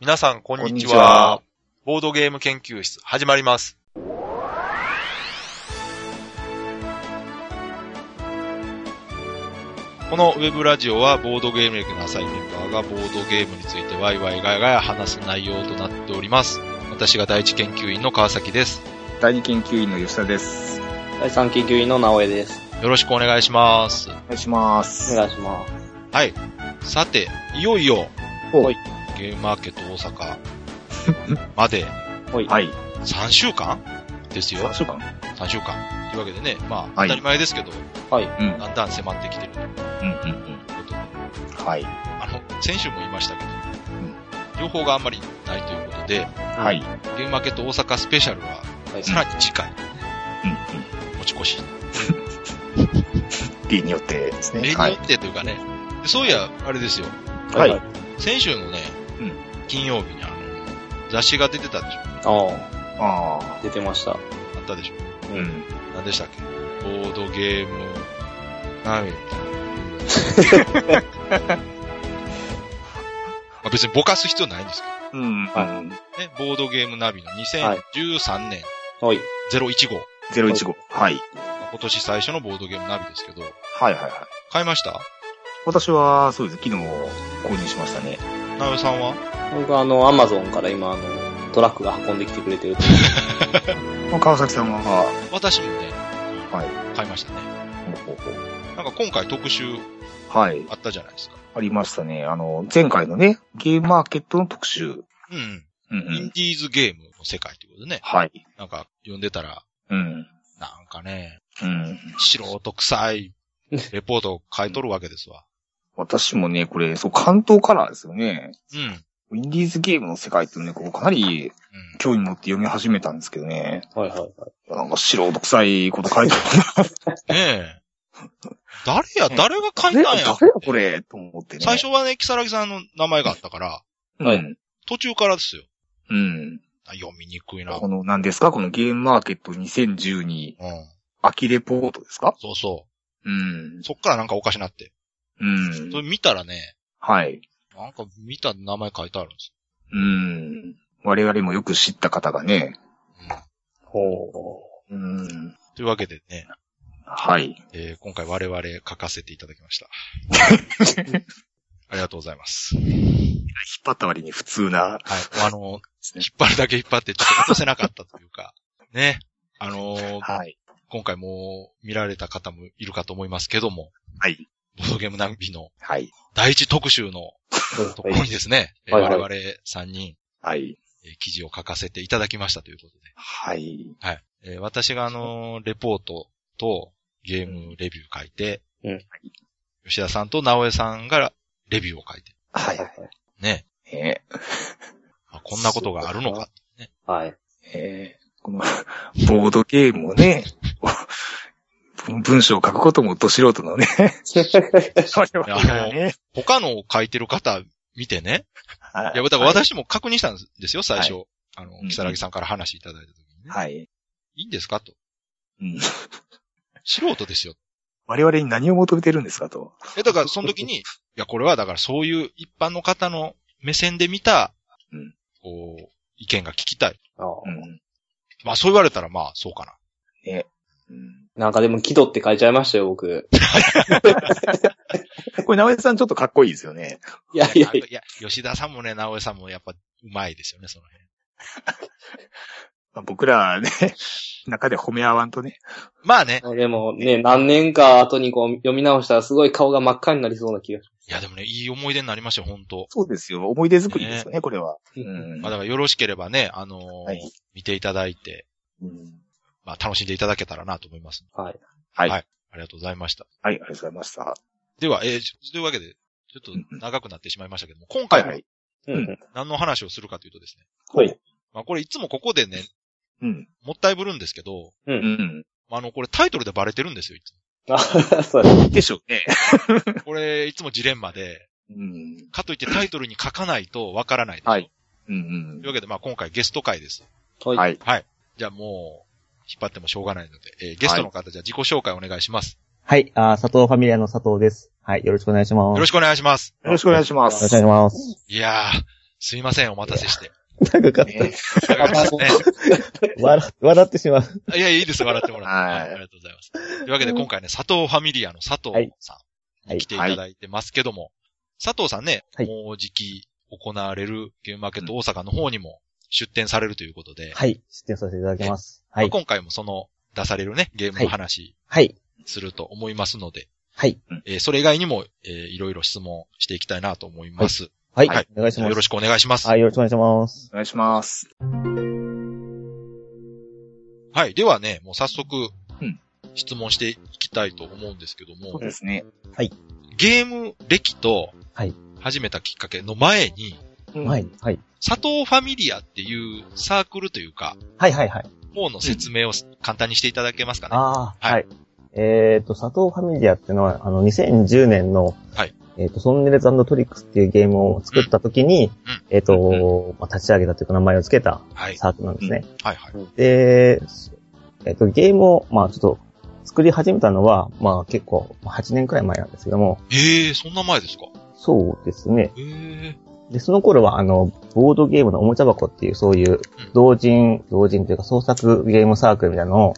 皆さん、こんにちは。こんにちはボードゲーム研究室、始まります。このウェブラジオは、ボードゲーム歴の浅いメンバーが、ボードゲームについてワイワイガヤガヤ話す内容となっております。私が第一研究員の川崎です。第二研究員の吉田です。第3研究員の直江です。よろしくお願いします。お願いしまおす。願いします。はい。さて、いよいよ、おいゲームマーケット大阪まではい。はい。 3週間ですよ3。週間3週間。というわけでね、まあ、はい当たり前ですけど、はい。うん。うんだんだん迫ってきてるといううんことで、うん。はい。あの、先週も言いましたけど、情報があんまりないということで、はい。ゲームマーケット大阪スペシャルは、はいさらに次回、うんうん。持ち越し。例によってです例ね。にはよい。ってというかね、でそういや、あれですよ、はいはい。先週のね、うん金曜日にあの、雑誌が出てたでしょあああ、あ出てました。ったでしょあ。うん。何でしたっけボードゲーム、はい。 まあ別にぼかす必要ないんですうん。うん。けどね。ボードゲームナビの2013年はい。 015、ま015。はい。あ今年最初のボードゲームナビですけど、はいはいはい。買いました私は、そうですね、昨日購入しましたね。なよさんは僕はあの、アマゾンから今あの、トラックが運んできてくれてる。まあ川崎さんは、私もね、はい。買いましたね。ほうほうほうなんか今回特集はい。あったじゃないですか。ありましたね。あの、前回のね、ゲームマーケットの特集。うん、うんううん。インん。ディーズゲームの世界ということでね。はい。なんか読んでたら、うん。なんかね、うん。素人臭いレポートを書いとるわけです わ。私もね、これ、そう、関東カラーですよね。うん。うん。ウィンディーズゲームの世界っていうのね、ここかなり興味持って読み始めたんですけどね。はいはいはい。なんか素人臭いこと書いてあねえ。誰や、うん誰が書いる。ねたんや。誰だこれと思ってね。最初はね、木更木さんの名前があったから、はうん。途中からですよ。うん。あ読みにくいな。うこの、何ですかこのゲームマーケット2012ん。秋レポートですかそうそうんう。。そっからなんかおかしなって。うんそ。れ見たらね、はい。なんか見た名前書いてあるんですうん。我々もよく知った方がね。よ。うん。ほうん。というわけでね、はい。えー今回我々書かせていただきました。 ありがとうございます。引っ張った割に普通な。はい。あの、す引ねっ張るだけ引っ張って、ちょっと落とせなかったというか、ね。あのーはい。今回もう見られた方もいるかと思いますけども、はい。ボードゲームナビのはい。第一特集のとこう。ろにですね、えーはい我はい々3人、はい。えー記事を書かせていただきましたということで。はい。はい。えー私があのーレポートとゲームレビュー書いて、うん吉田さんと直江さんがレビューを書いて、はい。ね。えあこんなことがあるのか。はい。ええーこの、ボードゲームをね、文文章を書くこともど素人のね、我々がね。他のを書いてる方見てね。はいや、だから私も確認したんですよ、最初。あのう、ん木更木さんから話いただいた時にね。はい。いいんですかと。うん素人ですよ。我々に何を求めてるんですかと。え、だからその 時に、いや、これはだからそういう一般の方の目線で見た、うんこう、意見が聞きたい。 ああうん。まあそう言われたらまあそうかな。ね。うんなんかでも、キドって書いちゃいましたよ、僕。これ、直江さんちょっとかっこいいですよね。いやいやいや。いや、吉田さんもね、直江さんもやっぱ上手いですよね、その辺。まあ僕ら ね、中で褒め合わんとね。まあね。でもね、何年か後にこう読み直したらすごい顔が真っ赤になりそうな気がしいやでもね、いい思い出になりましたよ、本当そうですよ。思い出作りですよね、これは。うます。んまあだからよろしければね、あのーはい見ていただいて、うんまあ楽しんでいただけたらなと思います。はい。はいありがとうございました。はい、ありがとうございました。では、えー、ちょというわけで、ちょっと長くなってしまいましたけども、今は回い、は。はいうんうん。何の話をするかというとですね、はい。まあこれいつもここでね、うん。もったいぶるんですけど、う。うんん。あの、これタイトルでバレてるんですよ、いつあ、 そうです。でしょうね。も。これ、いつもジレンマで、うん。かといってタイトルに書かないとわからないでしょはい。うとんいうわけで、まあ今回ゲスト会です。うん。は。はいい。じゃあもう、引っ張ってもしょうがないので、えーゲストの方、じゃあ自己紹介お願いします。はい、あー佐藤ファミリアの佐藤です。はい、よろしくお願いします。よろししくお願いします。よろしくお願いします。お願いします。いやー、すいません、お待たせして。長かっね長かったですねた。笑、笑ってしまう。いや、いいです、笑ってもらって。はいはいありがとうございます。というわけで、今回ね、佐藤ファミリアの佐藤さんはいに来ていただいてますけども、佐藤さんね、はいもうじき行われるゲームマーケット大阪の方にも出展されるということで、はい。出演させていただきます。まはあい。今回もその出されるね、ゲームの話はい。すると思いますので、はい。えーそれ以外にも、えーいろいろ質問していきたいなと思います。はい。はいお願いしまよす。ろしくお願いします。はい。よろしくお願いします。お願いします。はい。ではね、もう早速うん、質問していきたいと思うんですけどそうも、ですね。ゲーム歴とはい、始めたきっかけの前に、はい。はい。佐藤ファミリアっていうサークルというか、はい。はい。はい。方の説明を簡単にしていただけますかね。ああ、ははいい。えっと、佐藤ファミリアってのは、あの、2010年の、はいえっと、ソンネルズトリックスっていうゲームを作った時にうん、えっうと、まあ立ち上げたというか名前を付けたはい。サークルなんですね。はいはい。で、えっと、ゲームを、まあちょっと、作り始めたのは、まあ結構、8年くらい前なんですけども、ええー、そんな前ですかそうですね。ええー。で、その頃は、あの、ボードゲームのおもちゃ箱っていう、そういう、同人、同人というか創作ゲームサークルみたいなのを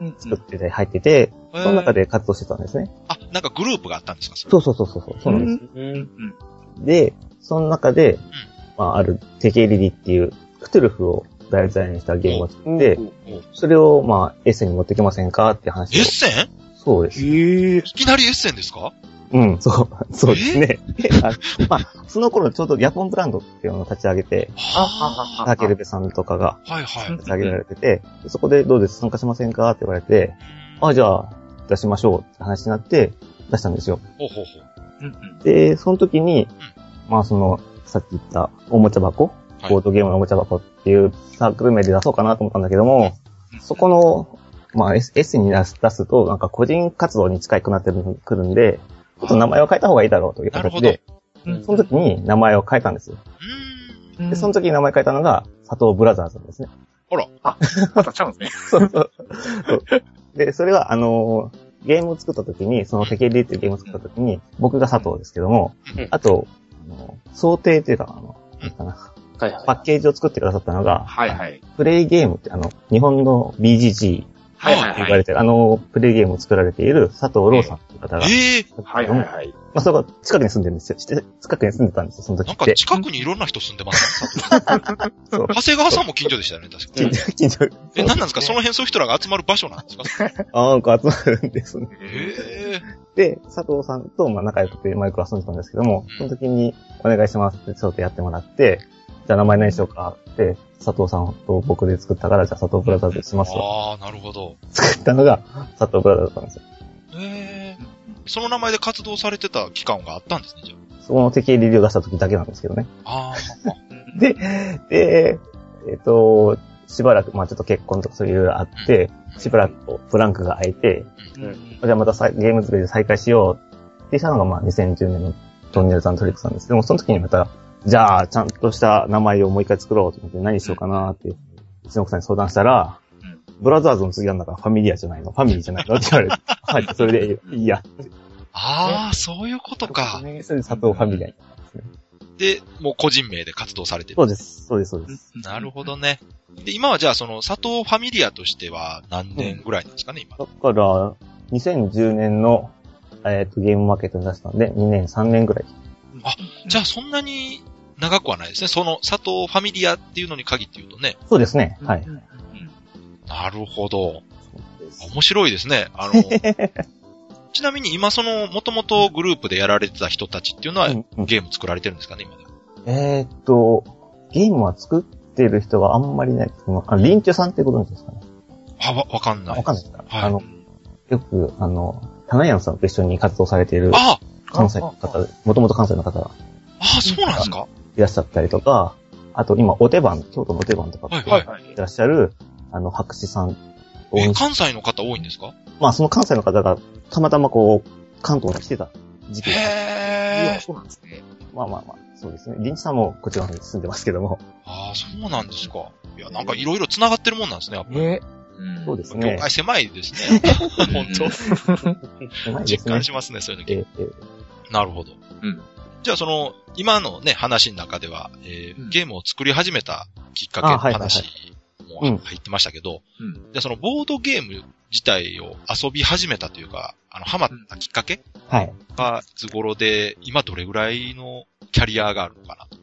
うん作ってて、入ってて、そその中。で活動してたんですね。あ、なんかグループがあったんですかそれそうそうそうそうそう、そうなんでうん。す。で、その中で、まあ、ある、テケリリっていう、クトゥルフを題材にしたゲームを作って、それを、まあ、エッセンに持ってきませんかってエいう話ッを。センそうです。ええいきなりエッセンですかうん、そう、そうですね。で あまあ、その頃ちょうどヤポンブランドっていうのを立ち上げて、はあタケルベさんとかがあ。はいは立ち上げられてて、そこでどうです参加しませんかって言われて、い。あ、じゃあ出しましょうって話になって出したんですよ。ほうほうほで、その時に、まあその、さっき言ったおもちゃ箱、はいボードゲームのおもちゃ箱っていうサークル名で出そうかなと思ったんだけども、そこの、まあ S, S に出す出すと、なんか個人活動に近くなってくるんで、ちょっと名前を変えた方がいいだろうというなるほ形ど。うで、その時に名前を変えたんですよ。ーん。うん。で、その時に名前変えたのが、佐藤ブラザーズですね。またちゃうんですね。そうそうそう。で、それは、あのーゲームを作った時に、そのテケリっていうゲームを作った時に、僕が佐藤ですけどもうん、あと、あの想定というか、あの、なんかなはいはい。パッケージを作ってくださったのが、はいはい。プレイゲームって、あの、日本の BGG とはいあはい言はわい。れてる、あの、プレイゲームを作られている佐藤朗さんという方が、ええはいはいはい。まあ、そこが近くに住んでるんですよ。して近くに住んでたんですよ、その時なんっかて。近くにいろんな人住んでます ね、佐藤さんそう長谷川さんも近所でしたよね、確か近所、 近所、え、なんなんですかその辺そういう人らが集まる場所なんですかあなんか集まるんですね。 ええで、佐藤さんと、まあ、仲良くてマイク遊んでたんですけども、その時に、お願いしますって、ちょっとやってもらって、じゃあ名前何しようかって、佐藤さんと僕で作ったから、じゃあ佐藤ブラザーズにしますとああ、なるほど。作ったのが、佐藤ブラザーズだったんですよ。ええその名前で活動されてた期間があったんですね、じゃそこの敵リリを出した時だけなんですけどね。あ。あで、で、えっ、と、しばらく、まあちょっと結婚とかそういういろいろあって、あ。しばらくこうブランクが空いて、うんじゃあまたさゲーム作りで再開しようってしたのが、まあ、2010年のトンネルさんトリックさんです。でも、その時にまた、じゃあ、ちゃんとした名前をもう一回作ろうと思って何しようかなって、うちの奥さんに相談したら、うんブラザーズの次なんだからファミリアじゃないのファミリーじゃないのって言われて、はい、それで、いいや、ああ、そういうことか。それで佐藤ファミリアになったんですね。で、もう個人名で活動されてそる。うです、そうです、そうです。なるほどね。で、今はじゃあその佐藤ファミリアとしては何年ぐらいなんですかね、今。だから、2010年の、えっ、と、ゲームマーケットに出したんで、2年、3年ぐらい。じゃあそんなに長くはないですね。その佐藤ファミリアっていうのに限って言うとね。そうですね、はい。うんなるほど。そうです面白いですね。あ の、ちなみに今その、もともとグループでやられてた人たちっていうのは、うんうんゲーム作られてるんですかね、今では。えーっと、ゲームは作ってる人があんまりいない。そのあ臨居さんってことなんですかね。あ、わ、わかんあない。わかんないですか、はいあの、よく、あの、花屋さんと一緒に活動されているあ関西の方で、もともと関西の方があ、そうなんですかいらっしゃったりとか、あと今、お手番、京都のお手番とかはいってはいはいいらっしゃる、あの、白紙さん、大え西関西の方多いんですかまあ、その関西の方が、たまたまこう、関東に来てた時期がいへやえ。そうなんですね。まあまあまあ、そうですね。臨時さんもこっちらに住んでますけども。ああ、そうなんですか。いや、なんかいろいろ繋がってるもんなんですね、やっぱり。ね。。そうですすね業。界狭いですね。 本当狭いです実ね感しますね、そういうえ時。ーえーなるほど。うんじゃあその、今のね、話の中では、えーうんゲームを作り始めたきっかあけのはいはいはい話うもん入ってましたけど、うん。じゃあそのボードゲーム自体を遊び始めたというか、あの、ハマったきっかけはい。がいつ頃で、今どれぐらいのキャリアがあるのかなと。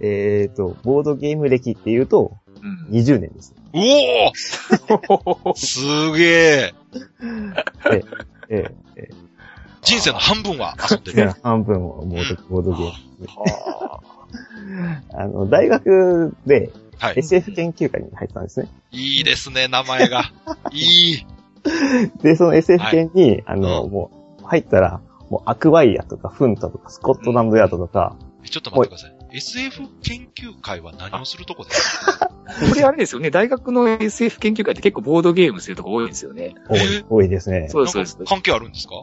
えっ、と、ボードゲーム歴っていうと、うん。 20年です。うおーすげええーえ人生の半分は遊んでーる。半分をボードボードゲーム。はあの、大学ではい。 SF 研究会に入ってたんですね。いいですね、名前 が。いい。で、その SF 研に、あうの、もう、入ったら、もう、アクワイアとか、フンタとか、スコットランドヤードとか、えちょっと待ってください。SF 研究会は何をするとこですかあ。これあれですよね。大学の SF 研究会って結構ボードゲームするとこ多いんですよね。多い、多いですね。そうです、そうなんですか。関係あるんですか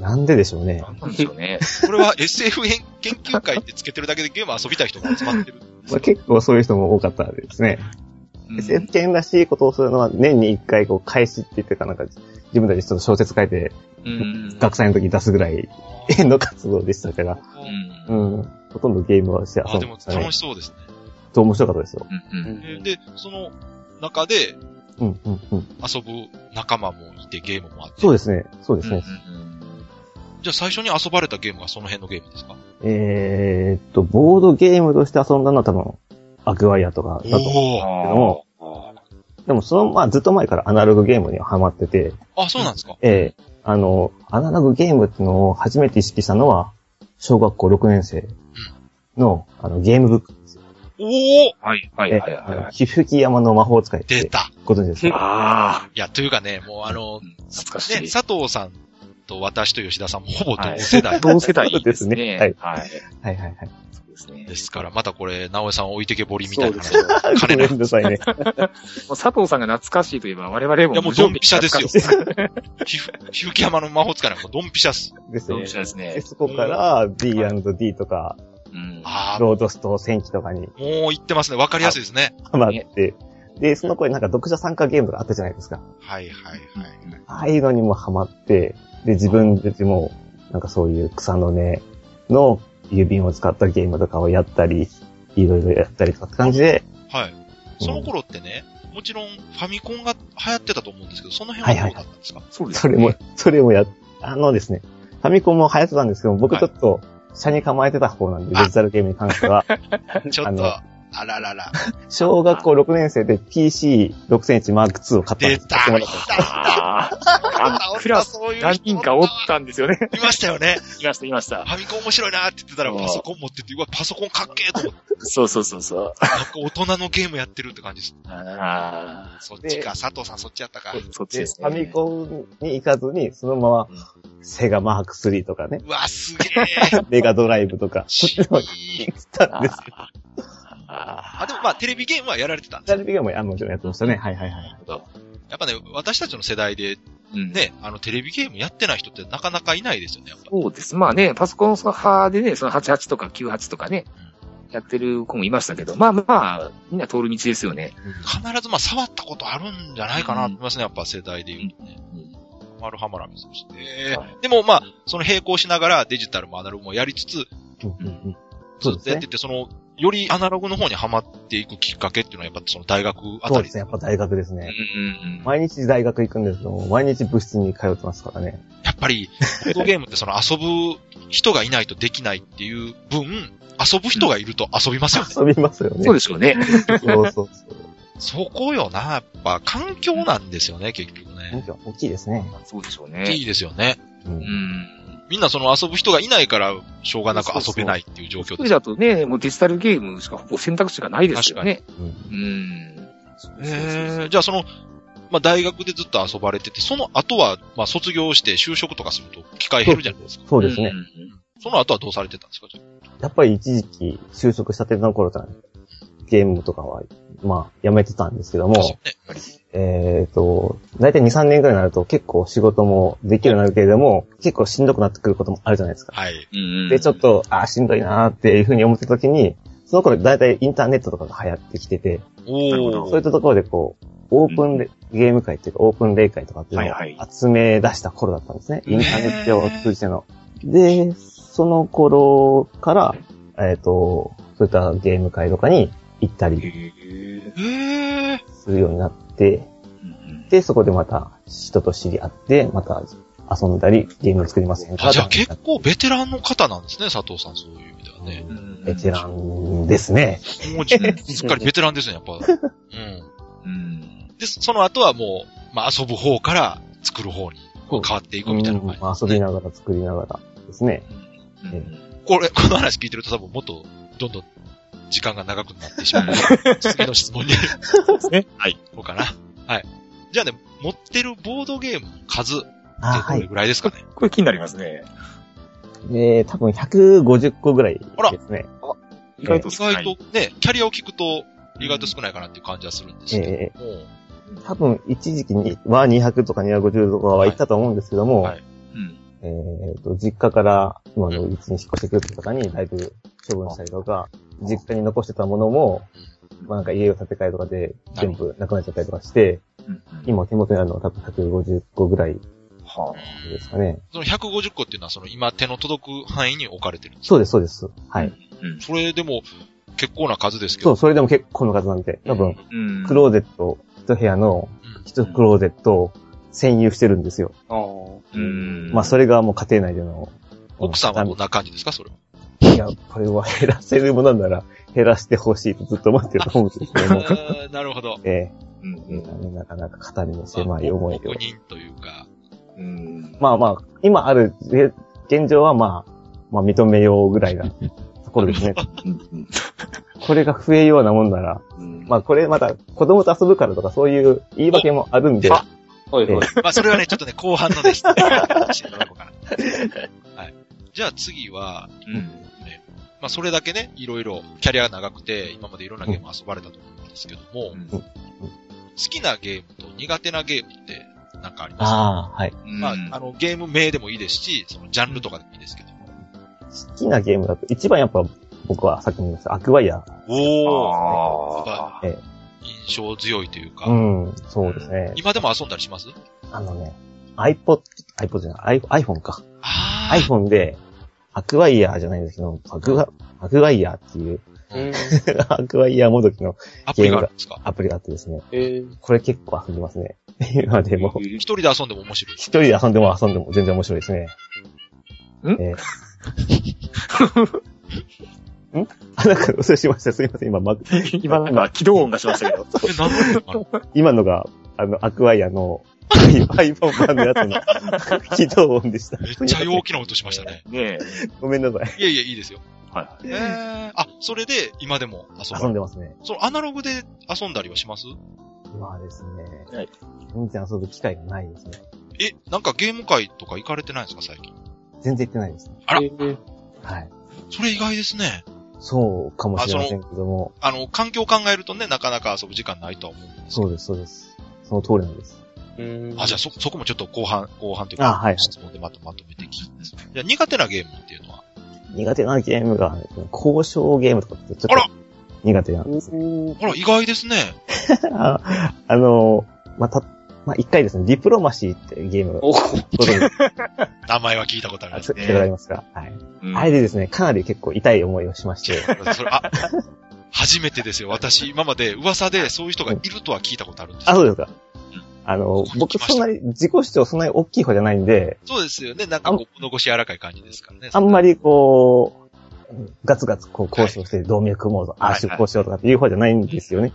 なんででしょうね。なんでしょうね。これは SF 研究会ってつけてるだけでゲーム遊びたい人が集まってる。まあ、結構そういう人も多かったですね。うん SF 研らしいことをするのは、年に一回、こう、開始って言ってか、なんか、自分たちでちょっと小説書いて、うん。学祭の時に出すぐらいの活動でしたから、うあん。うん。ほとんどゲームはして遊ー、んででもましたね楽。しそうですね。と面白かったですよ。うんうん。えで、その中でうん、うん、うん。遊ぶ仲間もいてゲームもあって。そうですね。そうですね。じゃあ最初に遊ばれたゲームがその辺のゲームですかえーっと、ボードゲームとして遊んだのは多分、アクワイアとかだと思うんですあおー。けーども、でもその、まあずっと前からアナログゲームにはハマってて、あ、そうなんですか。ええあの、アナログゲームっていうのを初めて意識したのは、小学校6年生の、あの、ゲームブックですよ。おーはい、はい、ええはい、はいあはのい。ひふき山の魔法使いっ出てた。ご存知ですかあいや、というかね、もうあのあ、、懐かしね、い。佐藤さんと私と吉田さんもほぼ同世代同世代ですそうでねす。ねはい。はいはいはい。そうですね。ですから、またこれ、直江さん置いてけぼりみたそいうなで話。すよ。金ごなめんなさいね。もう佐藤さんが懐かしいといえば、我々も。いやもうドンピシャですよ懐かしひい。 ふ、ひふき山の魔法使いなんかドンピシャっす。ですドンねピ。シャですねで。そこから D&D とか、うん。ああ、ロードスト戦記とかにもう言ってますね。わかりやすいですね。ハマって、で、その頃になんか読者参加ゲームとかあったじゃないですか。はいはいはい。ああいうのにもハマって、で、自分たちも、なんかそういう草の根の郵便を使ったゲームとかをやったり、いろいろやったりとかって感じで、はい。その頃ってね、もちろんファミコンが流行ってたと思うんですけど、その辺はどはいうはだったんですか、そうですそねれも、それもや、あのですね、ファミコンも流行ってたんですけど、僕ちょっと、車に構えてた方なんで、あデジタルゲームに関しては、ちょあっと、のあららら。小学校6年生で PC6cm Mark II を買ったんで出す。たいたいたああ、あおったクラス、そういう何人かおったんですよね。いましたよね。いました、いましたフ。ァミコン面白いなって言ってたら、うんパソコン持ってて、うわ、パソコンかっけえと思って、そうそうそうそう。なんか大人のゲームやってるって感じです。ああ、そっちか、佐藤さんそっちやったか。そっちで、でフすね。ァミコンに行かずに、そのまま、セガマーク3とかね、 うわ、すげメガドライブとか、そっちの方えに。いい行ったんあでーす。ああ、でもまあ、テレビゲームはやられてたんですダよルビゲームもあもちろんやってましたね。はいはいはい。やっぱね、私たちの世代でー、うんね、あの、テレビゲームやってない人ってなかなかいないですよね、やっぱ。そうです。まあね、パソコン派でね、その88とか98とかね、やってる子もいましたけど、まあまあ、みんな通る道ですよね。必ずまあ、触ったことあるんじゃないかなと思いますね、やっぱ世代で言うとね。丸ハマラミそうですねはい。でもまあ、その並行しながらデジタルもアナログもやりつつ、うんうんうんずそっうとですやねってて、その、よりアナログの方にはまっていくきっかけっていうのはやっぱその大学あそたうでりすね。やっぱ大学ですね。うんうん毎日大学行くんですけども、毎日部室に通ってますからね。やっぱり、ボードゲームってその遊ぶ人がいないとできないっていう分、遊ぶ人がいると遊びますよね。遊びますようん。ね。そうでしょうね。そうそうそう。そこよな、やっぱ環境なんですよね、結局環ね。境大きいですね。そうでしょうい いね。ですよね。う。うんん。みんなその遊ぶ人がいないから、しょうがなく遊べないっていう状況一人です。だとね、もうデジタルゲームしかほぼ選択肢がないですよね。うんうん。えーじゃあその、まあ大学でずっと遊ばれてて、その後は、まあ卒業して就職とかすると機会減るじゃないですか。そうですね。その後はどうされてたんですかじゃやっぱり一時期就職したての頃から、ゲームとかは、まあ、やめてたんですけどあも、ねえっ、と、だいたい2、3年くらいになると結構仕事もできるようになるけれども、結構しんどくなってくることもあるじゃないですか。はい。うん。うんで、ちょっ。と、あーしんどいなーっていうふうに思ってた時に、その頃だいたいインターネットとかが流行ってきてて、なるほおどそういーっ。たところでこう、オープンレゲーム会っていうか、オープン例会とかっていうのはいはを集め出した頃だったんですね。インターネットを通じての。で、その頃から、えっ、と、そういったゲーム会とかに行ったりえー、するようになって、で、そこでまた人と知り合って、また遊んだり、ゲームを作りませんかあじゃあと結構ベテランの方なんですね、佐藤さん、そういう意味ではね。ベテランですね。もうじすっかりベテランですね、やっぱ。うん。で、その後はもう、まあ遊ぶ方から作る方にこう変わっていくみたいなうんま感あじ、遊びながら作りながらですね。これ、この話聞いてると多分もっと、どんどん時間が長くなってしま う。次の質問に。ねはい。こうかな。はい。じゃあね、持ってるボードゲームの数ってあはどれい。ぐらいですかね。これ気になりますね。で、多分150個ぐらいあらですね。意外と意少ない。外とね、キャリアを聞くと意外と少ないかなっていう感じはするんですけどもえ多分一時期には200とか250とかは行ったと思うんですけども、はいうんえっ、と、実家から今のうちに引っ越してくるって方にだいぶ処分したりとか、実家に残してたものも、まあなんか家を建て替えとかで全部なくなっちゃったりとかして、今手元にあるのは多分150個ぐらいはですかね。その150個っていうのはその今手の届く範囲に置かれてるんですそうです、そうです。はい。それでも結構な数ですけそど。う、それでも結構の数なんで、多分、うんクローゼット、一部屋のうん一クローゼットを占有してるんですよ。あーうんまあそれがもう家庭内での。奥さんはどんうな感じですかそれは。いや、これは減らせるものなら減らしてほしいとずっと思ってると思うんですけ ども。あーなるほど。えうんえなかなか肩にもま狭あい思いを。 6人というか。うんまあまあ、今あるえ現状はまあ、まあ認めようぐらいなところです ね。うんこれが増えようなもんなら、うんまあこれまた子供と遊ぶからとかそういう言い訳もあるんで、あはいはい。まあ、それはね、ちょっとね、後半の でした。していただこうかな。はい。じゃあ次は、うんまあ、それだけね、いろいろ、キャリアが長くて、今までいろんなゲーム遊ばれたと思うんですけども、う好んきなゲームと苦手なゲームって、なんかありますかああ、はい。まあ、あの、ゲーム名でもいいですし、そのジャンルとかでもいいですけど。好きなゲームだと、一番やっぱ僕はさっきも言いました、アクワイア。おーあー印象強いというか、うん、そうですね。今でも遊んだりしますあのね、iPod、iPod じゃない、iPhone- iPhone か。あー iPhone で、アクワイヤーじゃないんですけど、アクワ、アクワイヤーっていう、 うんアクワイヤーもどきのアプリがあるんですかアプリがあってですね、えーこれ結構遊びますね。 今でも、一人で遊んでも面白い。一人で遊んでも遊んでも全然面白いですね。んえーんあ、なんか、嘘しました。すいません。今、ま、 今なんか、起動音がしましたけ ど。え、なるほど。今のが、あの、アクワイアの、iPhone 版のやつの 起動音でした。めっちゃ陽気な音しましたね。ねえ。ごめんなさい。いやいや、いいですよ。はえー、あ、それで今でも遊遊ばんる。でますね。そのアナログで遊んだりはします今はですね、はい全然遊ぶ機会がないですね。え、なんかゲーム会とか行かれてないんですか、最近。全然行ってないですね。あらえーはい。それ意外ですね。そうかもしれませんけども、あの、環境を考えるとね、なかなか遊ぶ時間ないとは思うんですけそうど。です、そうです。その通りなんです。うんあ、じゃあそ、そこもちょっと後半、後半というか、あはいはい質問でまとまとめて聞きます。じゃあ苦手なゲームっていうのは苦手なゲームが、交渉ゲームとかってちょあらっと苦手なんうです。んほら、意外ですね。 ああの、まあ、た、まあ、一回ですね、ディプロマシーっていうゲームをおご存知名前は聞いたことありあます そ。れがありますかはい。い。あれでですね、かなり結構痛い思いをしまして、それ、あ、初めてですよ。私、今まで噂でそういう人がいるとは聞いたことあるんですあ、よそうですか。あの、僕そんなに自己主張そんなに大きい方じゃないんで、そうですよね。なんかこう、残し柔らかい感じですからね。あんまりこう、ガツガツこう交渉して同盟組もうぞ、はいああしようこうしようとかっていう方じゃないんですよね。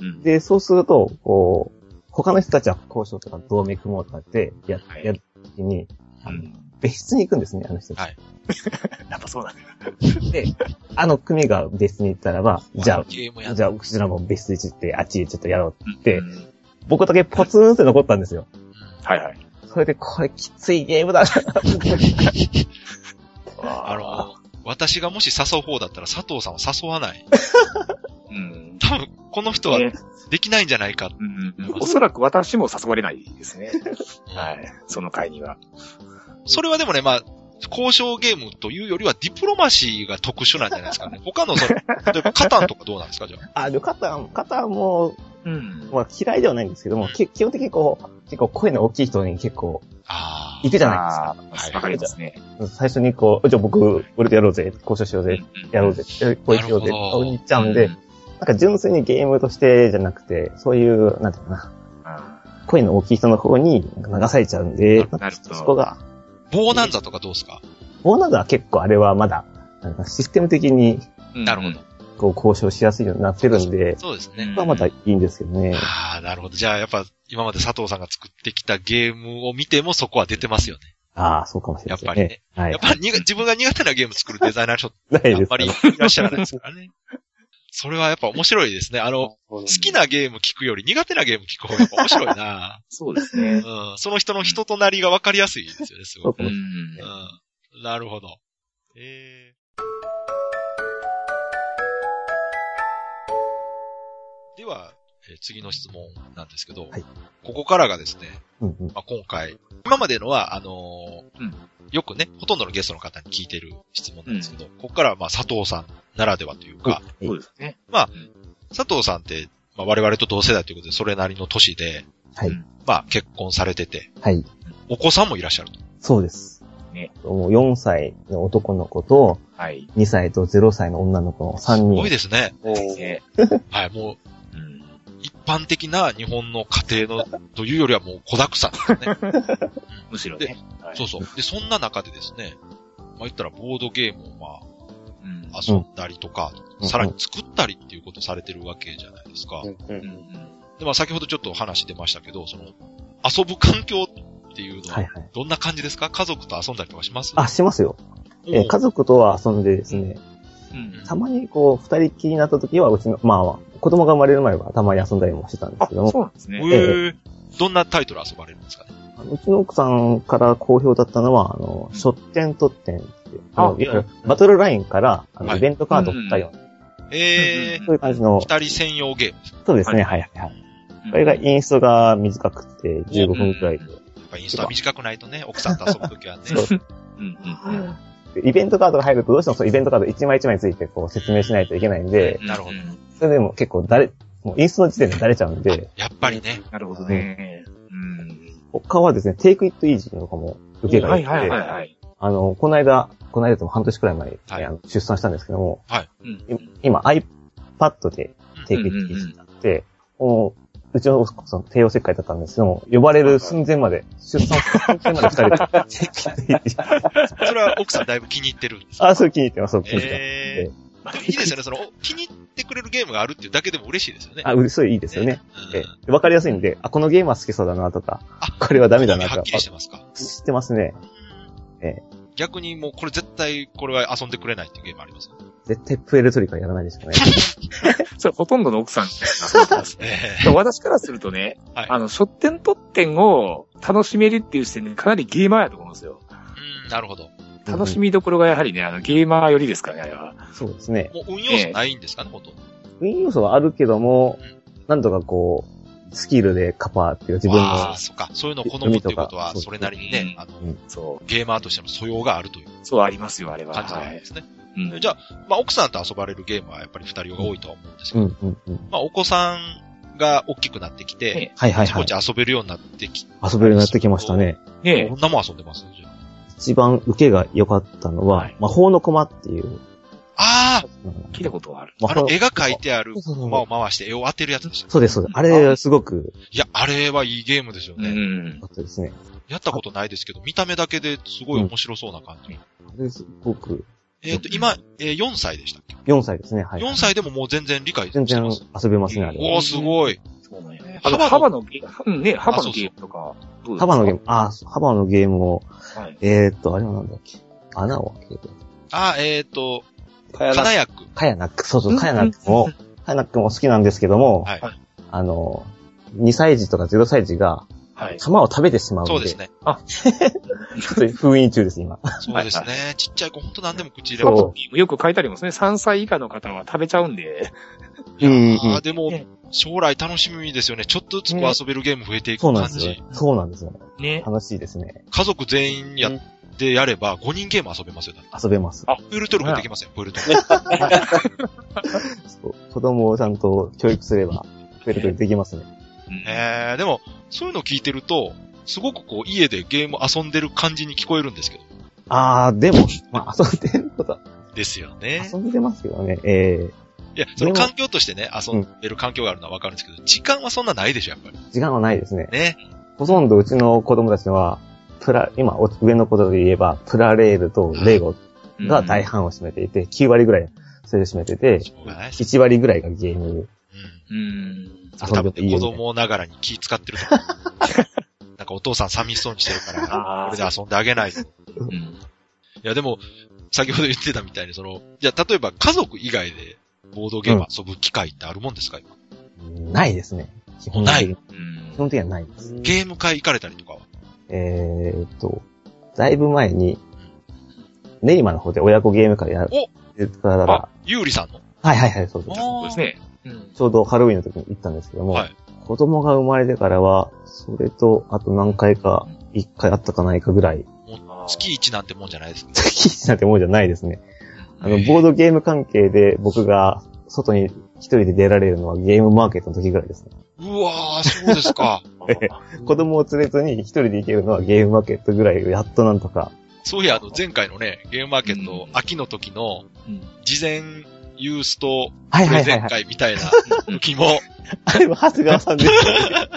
うん、で、そうすると、こう、他の人たちは交渉とか同盟組もうとかってや、はいやるときに、うあのん別室に行くんですね、あの人たはち。いやっぱそうだね。で、あの組が別室に行ったらば、じゃゲームやあ、っじゃあ、こちらも別室行って、あっちちょっとやろう。でうん、僕だけポツンって残ったんですよ。はいはい。それで、これきついゲー ムだな。あの、私がもし誘う方だったら佐藤さんは誘わない。うん。多分、この人はねできないんじゃないか。うんうんおそらく私も誘われないですね。うんはい。その会には。それはでもね、まあ、交渉ゲームというよりはディプロマシーが特殊なんじゃないですか ね。他の、その、例えばカタンとかどうなんですか、じゃあ。あ、で、肩、肩も、うんまあ嫌いではないんですけども、け基本的にこう、結構声の大きい人に結構、あ行くじゃないではあすか。いあ、わかりますね。最初にこう、じゃあ僕、俺とやろうぜ、交渉しようぜ、やろうぜ、こいつようぜ、なるほどお兄ちゃうんで、なんか純粋にゲームとしてじゃなくて、そういう、なんていうかな、あ声の大きい人の方に流されちゃうんで、なるほどそこが、ボーナンザとかどうですかボーナーズは結構あれはまだ、なんかシステム的にーなるほど。こう交渉しやすいようになってるんで、そうですね。そこはまだいいんですけどね。ああ、なるほど。じゃあ、やっぱ、今まで佐藤さんが作ってきたゲームを見てもそこは出てますよね。ああ、そうかもしれないですね。はいやっ。ぱにが、自分が苦手なゲーム作るデザイナーの人ってないあんですまかりらいらっしゃらないですからね。それはやっぱ面白いですね。あの、好好きなゲーム聞くより苦手なゲーム聞く方がやっぱ面白いなそうですね。うん。その人の人となりが分かりやすいですよね、すごく。ううんうん。なるほど。えーでは、えー次の質問なんですけど、はいここからがですね、うんうんまあ、今回、今までのは、あのーうんよくね、ほとんどのゲストの方に聞いてる質問なんですけど、ここからはまあ佐藤さんならではというか、そうですね。佐藤さんって、まあ、我々と同世代ということで、それなりの年で、はいまあ、結婚されてて、はい。お子さんもいらっしゃると。そうです。ねもう4歳の男の子と、はい。 2歳と0歳の女の子の3すごい人。ですね。おねはい、もう、うん一般的な日本の家庭の、というよりはもう子だくさんです ね。むしろね。はいそうそう。で、そんな中でですね、まあ、言ったらボードゲームをまうんあ、遊んだりとか、うんさらに作ったりっていうことされてるわけじゃないですか。うんうんで、まあ、先ほどちょっと話出ましたけど、その、遊ぶ環境っていうのはいは、はい。どんな感じですか、家族と遊んだりとかしますあ、しますよ。えー家族族とは遊んでですね、うんたまにこう、二人きりになった時は、うちの、まあ、子供が生まれる前はたまに遊んだりもしてたんですあ、けども、そうなんですね。えーどんなタイトル遊ばれるんですかねあのうちの奥さんから好評だったのは、あの、ショッテントッテンっていう、あの、いわゆるバトルラインから、あはの、いイベントカードを振ったような、えうんーそういう感じの、二人専用ゲーム。そうですね、ははいいはいはい。これがインストが短くて15分くらいで、やっぱインスタ短くないとね、奥さんと遊ぶときはね。そううんうんうんでイベントカードが入るとどうしてもそのイベントカード一枚一枚についてこう説明しないといけないんで、なるほどうんそれでも結構だれ、もうインストの時点でだれちゃうんで、やっぱりね。なるほどね。うん。他はですね、テイクイットイージーとかも受けが良くて、はいはいはい。あの、この間、この間でも半年くらい前に、はいあの出産したんですけども、うんい今 iPad でテイクイットイージーになって、もううちの奥さん帝王切開だったんですけども、呼ばれる寸前まで、出産寸前まで二人でテイクイットイージー。 それは奥さんだいぶ気に入ってるんですかあ、そう気に入ってます、そう気に入ってます。えー、でもいいですよね。その、お気に入ってくれるゲームがあるっていうだけでも嬉しいですよね。あ、うれそういいですよね。うん。ええわかりやすいんで、あ、このゲームは好きそうだなとか、これはダメだなとはっか、きりしてますか。知ってますね。ええ逆にもうこれ絶対これは遊んでくれないっていうゲームありますよね。絶対プエルトリカやらないでしょう ね。それほとんどの奥さんじゃないかなえでも 私からするとね、はいあの、ショッテントッテンを楽しめるっていう視点でかなりゲーマーやと思うんですよ。ーうん、なるほど。楽しみどころがやはりね、あの、ゲーマーよりですからね、あれは。そうですね。もう運用素ないんですかね、ほとんど。ウィン要素はあるけども、なんとかこう、スキルでカパーっていう自分あのあ、、そっか。そういうのを好むっていうことは、それなりにね、うんあの、そゲーマーとしての素養があるというう。そうありますよ、あれは。感じなはんいで。すね。うんじゃあ、まあ、奥さんと遊ばれるゲームはやっぱり二人が多いとは思うんですけうど、んうんうん。まあ、お子さんが大きくなってきて、ねはいはいあちはこい。ち遊べるようになってきて、遊べるようになってきましたね。ねこんなもん遊んでますじゃあ一番受けが良かったのは、はい魔法の駒っていう。あ聞いたことはある。あ、あの絵が描いててあるそうそうそう駒を回して絵を当てるやつでした。そうです、そうです。あれ、すごく、いや、あれはいいゲームですよね。ん良。かったですね。やったことないですけど、見た目だけですごい面白そうな感じ。あれ、すごく、えっ、と、今、えー4歳でしたっけ、 4歳ですね、はい。 ?4 歳でももう全然理解して全然ます。遊べますね、あれは。おー、すごい。そうなんやね。あ幅の、の幅のゲーム、うんね、あ幅そうそのうゲームとか、どうですかハバのゲーム、あー、ハバのゲームを、はい。えーっと、あれはなんだっけ。穴を開ける。あ、えっ、と、かや花な。やく。カヤナック、そうそう、カヤナックも、カヤナックも好きなんですけども、はい。あの、2歳児とか0歳児が、はい。玉を食べてしまうんで、そうですね。ちょっと封印中です、今。そうですね。ちっちゃい子、ほんと何でも口入れます。そよく書いてありますね。3歳以下の方は食べちゃうんで。う。うんうああ、ん。でもね、将来楽しみですよね。ちょっとずつこうね遊べるゲーム増えていそくうなん感ですよじ。。そうなんですよ。ね。楽しいですね。家族全員やってやれば、5人ゲーム遊べますよ。だって遊べます。あプールトルフできますよ、プールトルそう子供をちゃんと教育すれば、増えることできますね。えー、でも、そういうのを聞いてると、すごくこう、家でゲーム遊んでる感じに聞こえるんですけど。ああ、でも、まあ、遊んでることは、ですよね。遊んでますけどね。ええいや、その環境としてね、遊んでる環境があるのはわかるんですけど、時間はそんなないでしょ、やっぱり。時間はないですね。ね。ほとんどうちの子供たちは、プラ、今、お上のことで言えば、プラレールとレゴが大半を占めていて、9割ぐらいそれを占めてて、しょうがないです。 1割ぐらいがゲーム、うん。うん。遊多んで分ていい子よみたいな。供ながらに気使ってると思う なんかお父さん寂しそうにしてるから、あーこれで遊んであげないと。いうん。や、でも、先ほど言ってたみたいに、その、じゃあ例えば家族以外でボードゲーム遊ぶ機会ってあるもんですか、今ないですね。基本的に。うん基本的にはないです。ゲーム会行かれたりとかは。えーっと、だいぶ前に、練馬の方で親子ゲーム会やってたら、あは、ゆうりさんの。いはいはい、そうです。そうですね。うん。ちょうどハロウィンの時に行ったんですけども、はい子供が生まれてからは、それと、あと何回か、1回あったかないかぐらい、あー。月一なんてもんじゃないですね。月一なんてもんじゃないですね。あの、えーボードゲーム関係で僕が外に一人で出られるのはゲームマーケットの時ぐらいですね。うわー、そうです か。子供を連れずに一人で行けるのはゲームマーケットぐらい、やっとなんとか。そういや、あの、前回のね、ゲームマーケット、秋の時の、うん事前ユースと、はいはい前はい、はい。回みたいな時 も、あれは長谷川さんです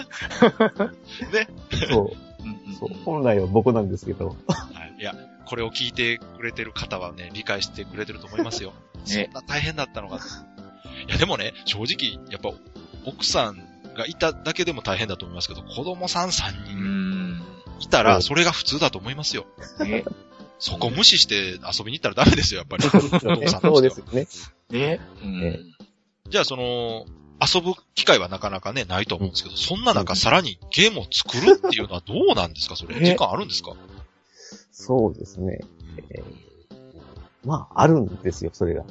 よね。そう。うんそう。本来は僕なんですけど。はいいや、これを聞いてくれてる方はね、理解してくれてると思いますよ。そねんな大変だったのかと。いや、でもね、正直、やっぱ、奥さんがいただけでも大変だと思いますけど、子供さん3う人ん。いたら、うんそれが普通だと思いますよ。ね。そこ無視して遊びに行ったらダメですよ、やっぱり。お父さんとしては そうですよね。ね。うねん。 じゃあ、その、遊ぶ機会はなかなかね、ないと思うんですけど、そんな中、さらにゲームを作るっていうのはどうなんですかそれ。ね時間あるんですかそうですね。えーまあ、あるんですよ、それが。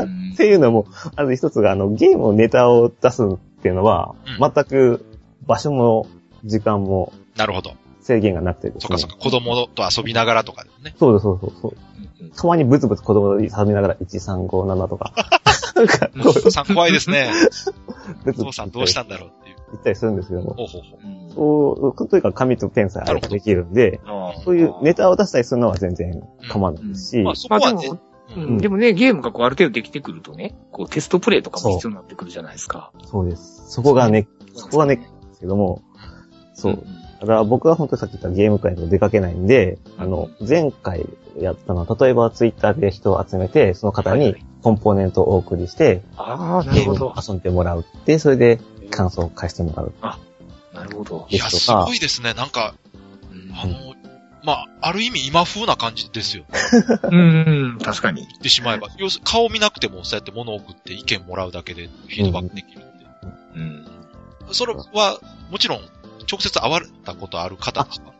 うんっていうのも、あの一つが、あの、ゲームのネタを出すっていうのは、うん全く場所も時間もなるほど。制限がなくてですね。そっかそっか、子供と遊びながらとかですね。そうだそうそうそう。たまにブツブツ子供と喋りながら、1、3、5、7とか。なんか、お父さん怖いですね。ブお父さん どうしたんだろうっていう。言ったりするんですけども。ほうほうほう。うんそう、というか紙とペンさえあればできるんで、ああそういうネタを出したりするのは全然構わないですし、まあそこまあはねでも、、ううんんでもね、ゲームがこうある程度できてくるとね、こうテストプレイとかも必要になってくるじゃないですか。そうです。そこがね、そこがね、ですけども、そうう。だから僕は本当にさっき言ったゲーム会にも出かけないんで、あの、前回やったのは、例えばツイッターで人を集めて、その方はいにはコンポーネントをお送りして、ああ、なゲるーほムど。を遊んでもらうって、それで感想を返してもらう。なるほど。いや、ですすとかごいですね。なんか、うんあの、まあ、ある意味今風な感じですよ。うん、うん確かに。言ってしまえば。要するに顔見なくてもそうやって物を送って意見もらうだけでフィードバックできるんで。うん。それは、もちろん、直接会われたことある方ですか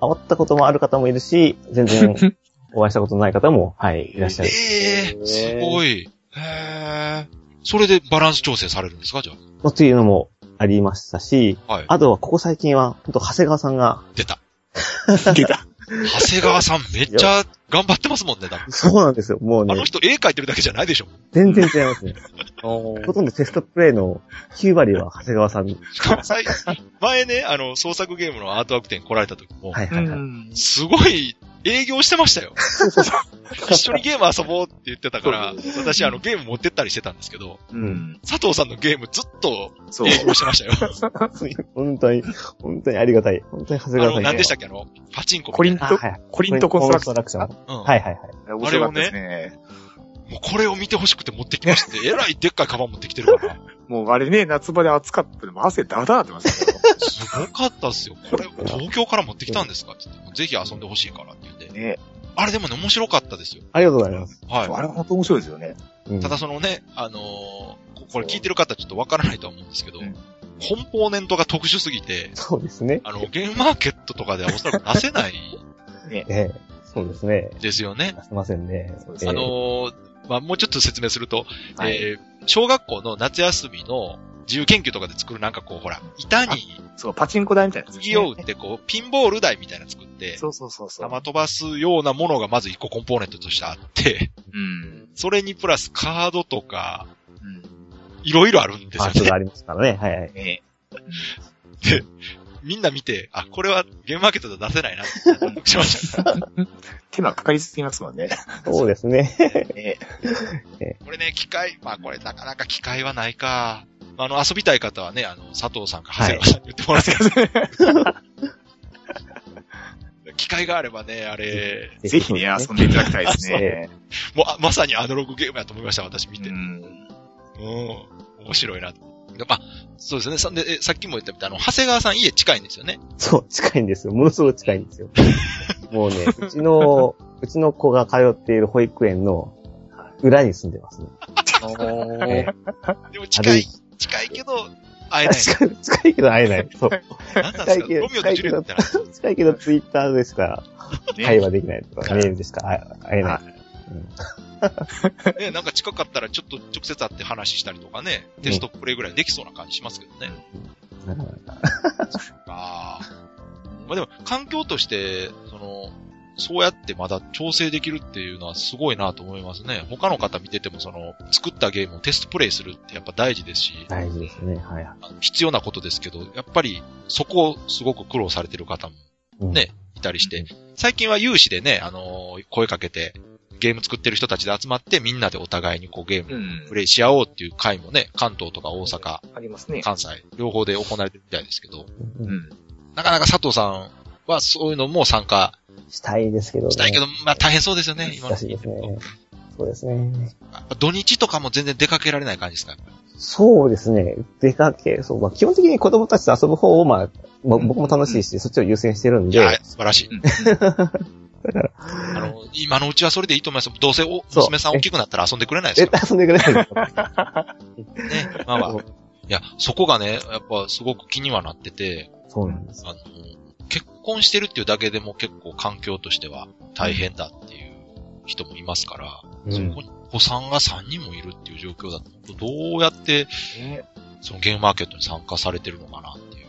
会ったこともある方もいるし、全然お会いしたことない方も、はい、いらっしゃる。ええへーすごい。へえ。それでバランス調整されるんですかじゃというのもありましたし、あ。はい。あとはここ最近は、本当長谷川さんが、出た。出た。長谷川さんめっちゃ頑張ってますもんね、だってそうなんですよ。もうあ ねの、人絵描いてるだけじゃないでしょ。全然違いますね。おーほとんどテストプレイの9割は長谷川さん。はい最前ね、あの、創作ゲームのアートワーク展来られた時も、はいうはい。ん。すごい営業してましたよ。一緒にゲーム遊ぼうって言ってたから、私あのゲーム持ってったりしてたんですけど、うん。佐藤さんのゲームずっとそう。営業してましたよ。本当に、本当にありがたい。本当に長あ谷川さの、ん。何でしたっけあの、パチンココリンみたいトあ、はいはい。コリントコンストラクションコンストラクション。な。うんはいはいはい。面白かったですね。もうこれを見てほしくて持ってきまして、えらいでっかいカバン持ってきてるから。もうあれね、夏場で暑かったでも汗ダダーってましたよ。すごかったっすよ。これ、東京から持ってきたんですかって言って、ぜひ遊んでほしいからって言って。ねあれでもね、面白かったですよ。ありがとうございます。はい。あれ本当面白いですよね。うんただそのね、あのーここれ聞いてる方ちょっとわからないとは思うんですけど、うんコンポーネントが特殊すぎて、そうですね。あの、ゲームマーケットとかではおそらく出せないええ。そうですね。ですよね。すいませんねそう。です ええあのーまあ、もうちょっと説明すると、はいえー小学校の夏休みの自由研究とかで作るなんかこう、ほら、板にそう、パチンコ台みたいなやつですね釘を打ってこう、ピンボール台みたいなの作って、そうそうそうそう。玉飛ばすようなものがまず一個コンポーネントとしてあって、 うん。それにプラスカードとか、うん。いろいろあるんですパよーツね。がありますからね。はいはい。ねみんな見て、あ、これはゲームマーケットでは出せないなって納得しま した。手間かかりすぎますもんね。そうです ね。ねこれね、機械、まあこれなかなか機械はないか。あの、遊びたい方はね、あの、佐藤さんか長谷川さんに言ってもらってください。 機械があればね、あれ、ぜひね、遊んでいただきたいですね。もうあまさにアナログゲームやと思いました、私見て。うん。うん。面白いな。まあ、そうですね。さで、えさっきも言ったみたいに、あの、長谷川さん家近いんですよね。そう、近いんですよ。ものすごく近い んですよ。もうね、うちの、うちの子が通っている保育園の裏に住んでますね。えーでも近い歩、近いけど、会えない。近い、近いけど会え ない。そう。なんなんですか近いけどロミオとジュリエットみたいな。近いけどツイッターでしかね会話できないとか、メールでしか会えない。ね、なんか近かったらちょっと直接会って話したりとかね、テストプレイぐらいできそうな感じしますけどね。なかなかああ。まあでも、環境として、その、そうやってまだ調整できるっていうのはすごいなと思いますね。他の方見てても、その、作ったゲームをテストプレイするってやっぱ大事ですし、大事ですね。はいはあの必要なことですけど、やっぱりそこをすごく苦労されてる方もい。うんねいたりして、最近は有志でね、あのー声かけて、ゲーム作ってる人たちで集まってみんなでお互いにこうゲームうんプレイし合おうっていう会もね、関東とか大阪、ありますね。関西、両方で行われてるみたいですけど、うん。なかなか佐藤さんはそういうのも参加したいですけどね。したいけど、まあ大変そうですよね、今の難しいですね。そうですね。やっぱ土日とかも全然出かけられない感じですかそうですね。出かけ、そう、まあ基本的に子供たちと遊ぶ方を、まあ、まあ僕も楽しいし、そっちを優先してるんいで、や、素晴ら しい。だから、あの、今のうちはそれでいいと思います。どうせお、そう娘さん大きくなったら遊んでくれないです絶か対遊んでくれないですよ。らね。まあまあ。いや、 そこがね、やっぱすごく気にはなってて、 そうなんです。あの、結婚してるっていうだけでも結構環境としては大変だっていう人もいますから、うそんこにお子さんが3人もいるっていう状況だと、どうやってねそのゲームマーケットに参加されてるのかなっていう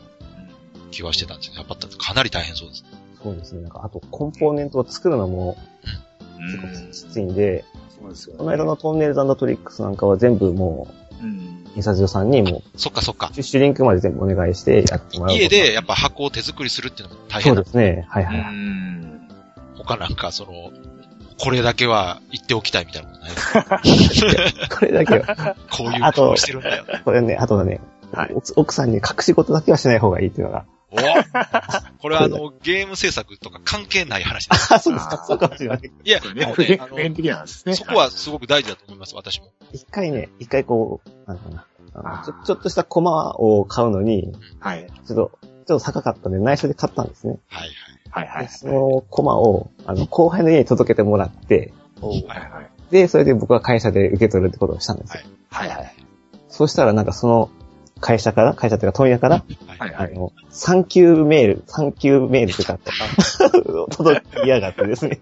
気はしてたんですけど、やっぱかなり大変そうですね。そうですね。なんか、あと、コンポーネントを作るのも、う結ん構きついんで、そうですよね。この間のトンネルズトリックスなんかは全部もうん。う、印刷所さんにもそっかそっかう、。シュシュリンクまで全部お願いしてやってもらう。家でやっぱ箱を手作りするっていうのも大そ変うだで。すね。はいうはいはい。ん。他なんかその、これだけは言っておきたいみたいなことないですかこれだけは、こういうあと顔してるんだよ。これね、あとはね、はいお奥さんに隠し事だけはしない方がいいっていうのが。 おこれはあの、ゲーム制作とか関係ない話です。あ、そうですか。そうかもしれない。いや、これでね、も普ね、あの、遍的なんですね。そこはすごく大事だと思います、私も。一回ね、一回こう、なんだろうな。ああのーちょちょっとしたコマを買うのに、はい。ちょっと、ちょっと高かったんで内緒で買ったんですね。はいはい。はいはいでそのコマを、あの、後輩の家に届けてもらって、はいはい。で、それで僕は会社で受け取るってことをしたんですよ。はいはい。そうしたらなんかその会社から、会社というか問屋から、は。はいいはあい。の、産休メール、産休メールとかってあ 届きやがってですね、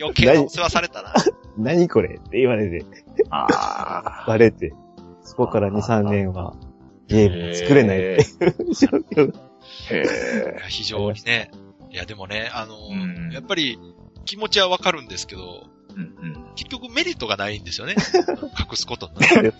余計なお世話されたな。何これって言われて、ああ。バレて、そこから2、3年は ゲームを作れないっていう状況が。へえ。非常にね。いや、でもね、あのー、うんやっぱり気持ちはわかるんですけど、うんうん。結局メリットがないんですよね。隠すことになる。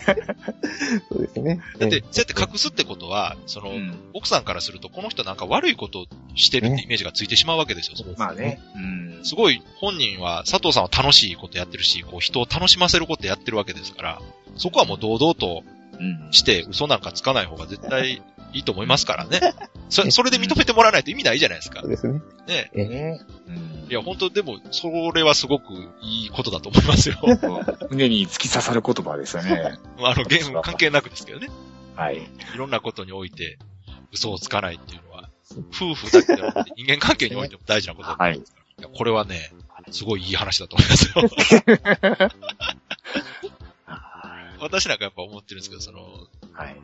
そうですね。だってね、そうやって隠すってことは、その、うん奥さんからすると、この人なんか悪いことをしてるってイメージがついてしまうわけですよ。まあね。うん。すごい、本人は、佐藤さんは楽しいことやってるし、こう、人を楽しませることやってるわけですから、そこはもう堂々とうんして、嘘なんかつかない方が絶対いいと思いますからね。そ、それで認めてもらわないと意味ないじゃないですかそう。ですね。ね。えね。うんいや、本当でも、それはすごくいいことだと思います よ。胸に突き刺さる言葉ですよね。あの、ゲーム関係なくですけどね。はい。いろんなことにおいて、嘘をつかないっていうのは、夫婦だけではなくて人間関係においても大事なことだと思いますから。いやこれはね、すごいいい話だと思いますよ。私なんかやっぱ思ってるんですけど、その、はい。や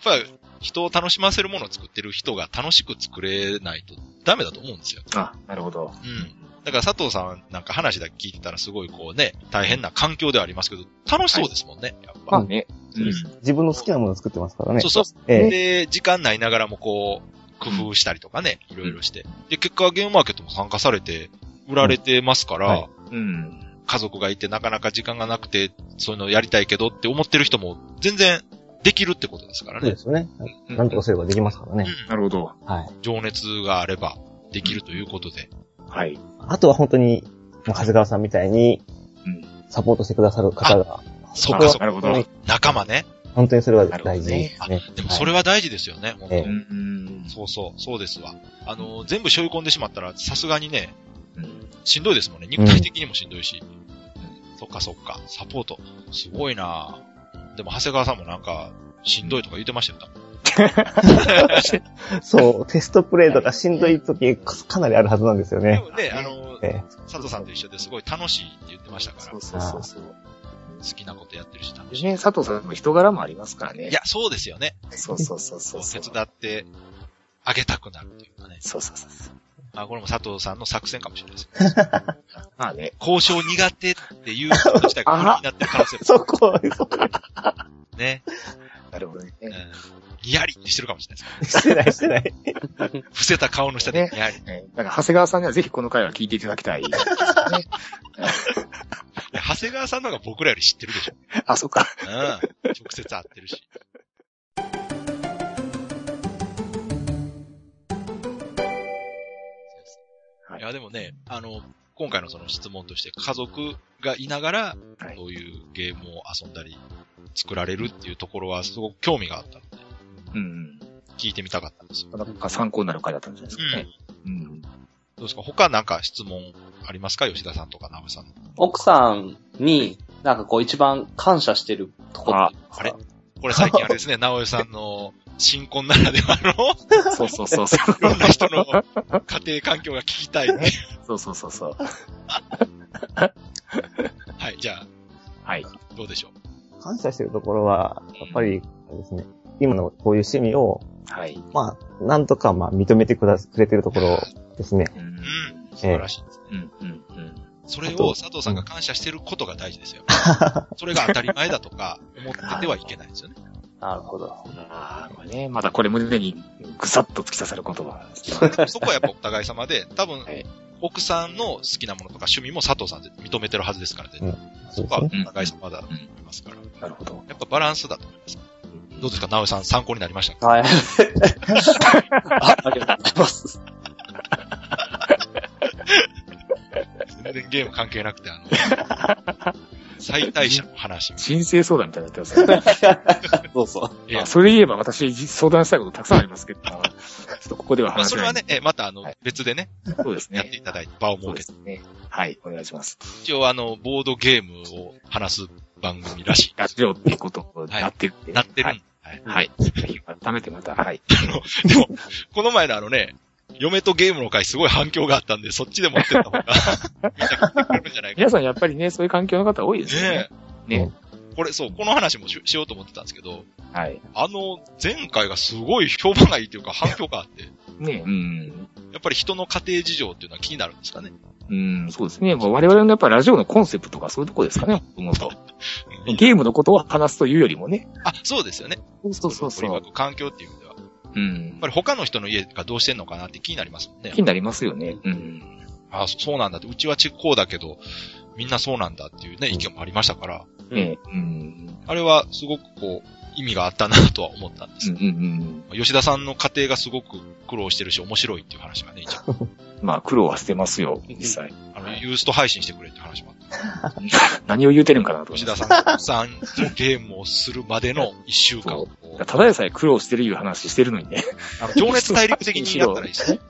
っぱり人を楽しませるものを作ってる人が楽しく作れないとダメだと思うんですよ。あ、なるほど。うん。だから佐藤さんなんか話だけ聞いてたらすごいこうね、大変な環境ではありますけど、楽しそうですもんね、やっぱ。まあね。そうです自分の好きなものを作ってますからね。そうそう。ええ。で、時間ないながらもこう、工夫したりとかね、いろいろして。で、結果ゲームマーケットも参加されて、売られてますから、はいうん。家族がいてなかなか時間がなくて、そういうのやりたいけどって思ってる人も全然できるってことですからそうねで。すよね。うんなんとかすればできますからね。なるほど。はい。情熱があればできるということで。はい。あとは本当に、長谷川さんみたいにうん、サポートしてくださる方が、そっあかそっなか。るほど。う仲間ね。本当にそれは大事ですね。でもそれはは大事ですよね、本当ええん。そうそう、そうですわ。あの、全部背負い込んでしまったら、さすがにね、うんしんどいですもんね。肉体的にもしんどいし。そっかそっか。サポート。すごいなぁでも、長谷川さんもなんか、しんどいとか言ってましたよ。いそう、テストプレイとかしんどい時、かかなりあるはずなんですよでね。もね、あの、ええ佐藤さんと一緒ですごい楽しいって言ってましたから、そ好うそうそうそう。きなことやってるし楽しい。ね、佐藤さんも人柄もありますからね。いや、そうですよね。そうそうそうそこううそう。手伝ってあげたくなるというかね。そうそうそうそう。あ、これも佐藤さんの作戦かもしれないです。まあね。交渉苦手っていうこと自体が不利になってる可能性そこ、そ こ、もね。なるほどね。うんにやりってしてるかもしれないですかしてない、してない。ら。伏せた顔の下でねにやり。えーだから、長谷川さんにはぜひこの回は聞いていただきたい。長谷川さんの方が僕らより知ってるでしょ。あ、そっか。うん。直接会ってるし。はいいや、でもね、あの、今回のその質問として、家族がいながらは、いそういうゲームを遊んだり、作られるっていうところは、すごく興味があったので、うん。聞いてみたかったんですよ。なかなか参考になる回だったんじゃないですかね。うん。どうですか他なんか質問ありますか吉田さんとか直江さんの。奥さんに、なんかこう一番感謝してるとこっていうかあれこれ最近あれです ね、直江さんの新婚ならではの、そうそうそうそいろんな人のう。家庭環境が聞きたいね。そうそうそうそう。はい、じゃはい。あ、どうでしょう。感謝してるところは、やっぱり、ですね、今のこういう趣味を、はい。まあ、なんとか、まあ、認めてくだ、くれてるところですね。ううんん、素晴らしいですね。うん。うん。うん。それあをと佐藤さんが感謝してることが大事ですよ。 それが当たり前だとか思っててはいけないですよね。なるほど。ああ、これね、まだこれ胸にぐさっと突き刺さる言葉ですね。そこはやっぱお互い様で、多分はい、奥さんの好きなものとか趣味も佐藤さんで認めてるはずですから、ねうんそそうこではおすね。互い様だと思いますから。なるほど。やっぱバランスだと思います。どうですか、直江さん参考になりましたか はい。あありがとうございます。全然ゲーム関係なくて、あの、 最大者の話。人生相談みたいになってますね。どうぞ。ええあそれ言えば私、相談したいことたくさんありますけど、ちょっとここではまあ、話そせれな。はいね、えまたあのはい、別でね、そうですやってね。いただいて場をそう設でけてす。ね。はい、お願いします。一応あの、ボードゲームを話す番組らしラジオっていうことになってるんい、でなってるはんいで。はいはい。改めてまた、はい。でも、この前のあのね、嫁とゲームの回すごい反響があったんで、そっちで持ってった方 が、みんな買ってくれるんじゃないか。皆さんやっぱりね、そういう環境の方多いですよねね。ね。え。これ、そう、この話もししようと思ってたんですけど、はい。あの、前回がすごい評判がいいというか反響があって、ね。うん。やっぱり人の家庭事情っていうのは気になるんですかね。うん、そうですね。もう我々のやっぱラジオのコンセプトとかそういうとこですかね、思うと。 ゲームのことを話すというよりもね。あ、そうですよね。そうそうそう取りそう巻。く環境っていう意味では。やっうんぱ。り他の人の家がどうしてんのかなって気になりますもんね気。になりますよね。うん。あ、そそうなんだって。うちはちこうだけど、みんなそうなんだっていうね、意見もありましたから、ねうん。あれはすごくこう、意味があったなとは思ったんです。うんうん吉田さんの家庭がすごく苦労してるし面白いっていう話がね、一応うん。まあ、苦労はしてますよ、実際。 あの、ユースト配信してくれっていう話もあった。何を言うてるんかなと思い吉ま田す。さんがたくさんゲームをするまでの一週間をこう、ただでさえ苦労してるいう話してるのに ね。あの情熱大陸的にやったらいいですね。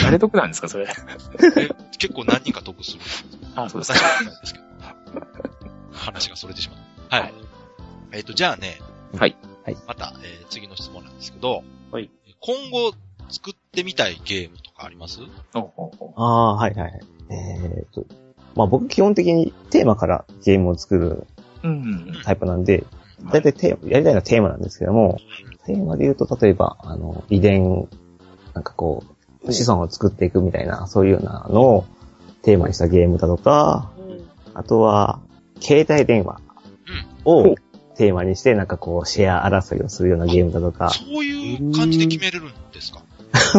誰得なんですか、それ。結構何人か得する。 あ、そうです 私か。はなんですけど。話がそれてしまった。ははいい。えっ、と、じゃあね。はい。はいまた、えー次の質問なんですけど。はい。今後作ってみたいゲームとかありますおうおうおうああ、はいはいはい。えーっと、まあ僕基本的にテーマからゲームを作るうん。タイプなんで、だいたいテーマ、やりたいのはテーマなんですけども、テーマで言うと、例えば、あの、遺伝、なんかこう、子孫を作っていくみたいな、そういうようなのをテーマにしたゲームだとか、あとは、携帯電話をテーマにして、なんかこう、シェア争いをするようなゲームだとか、 そういう感じで決めれるんですか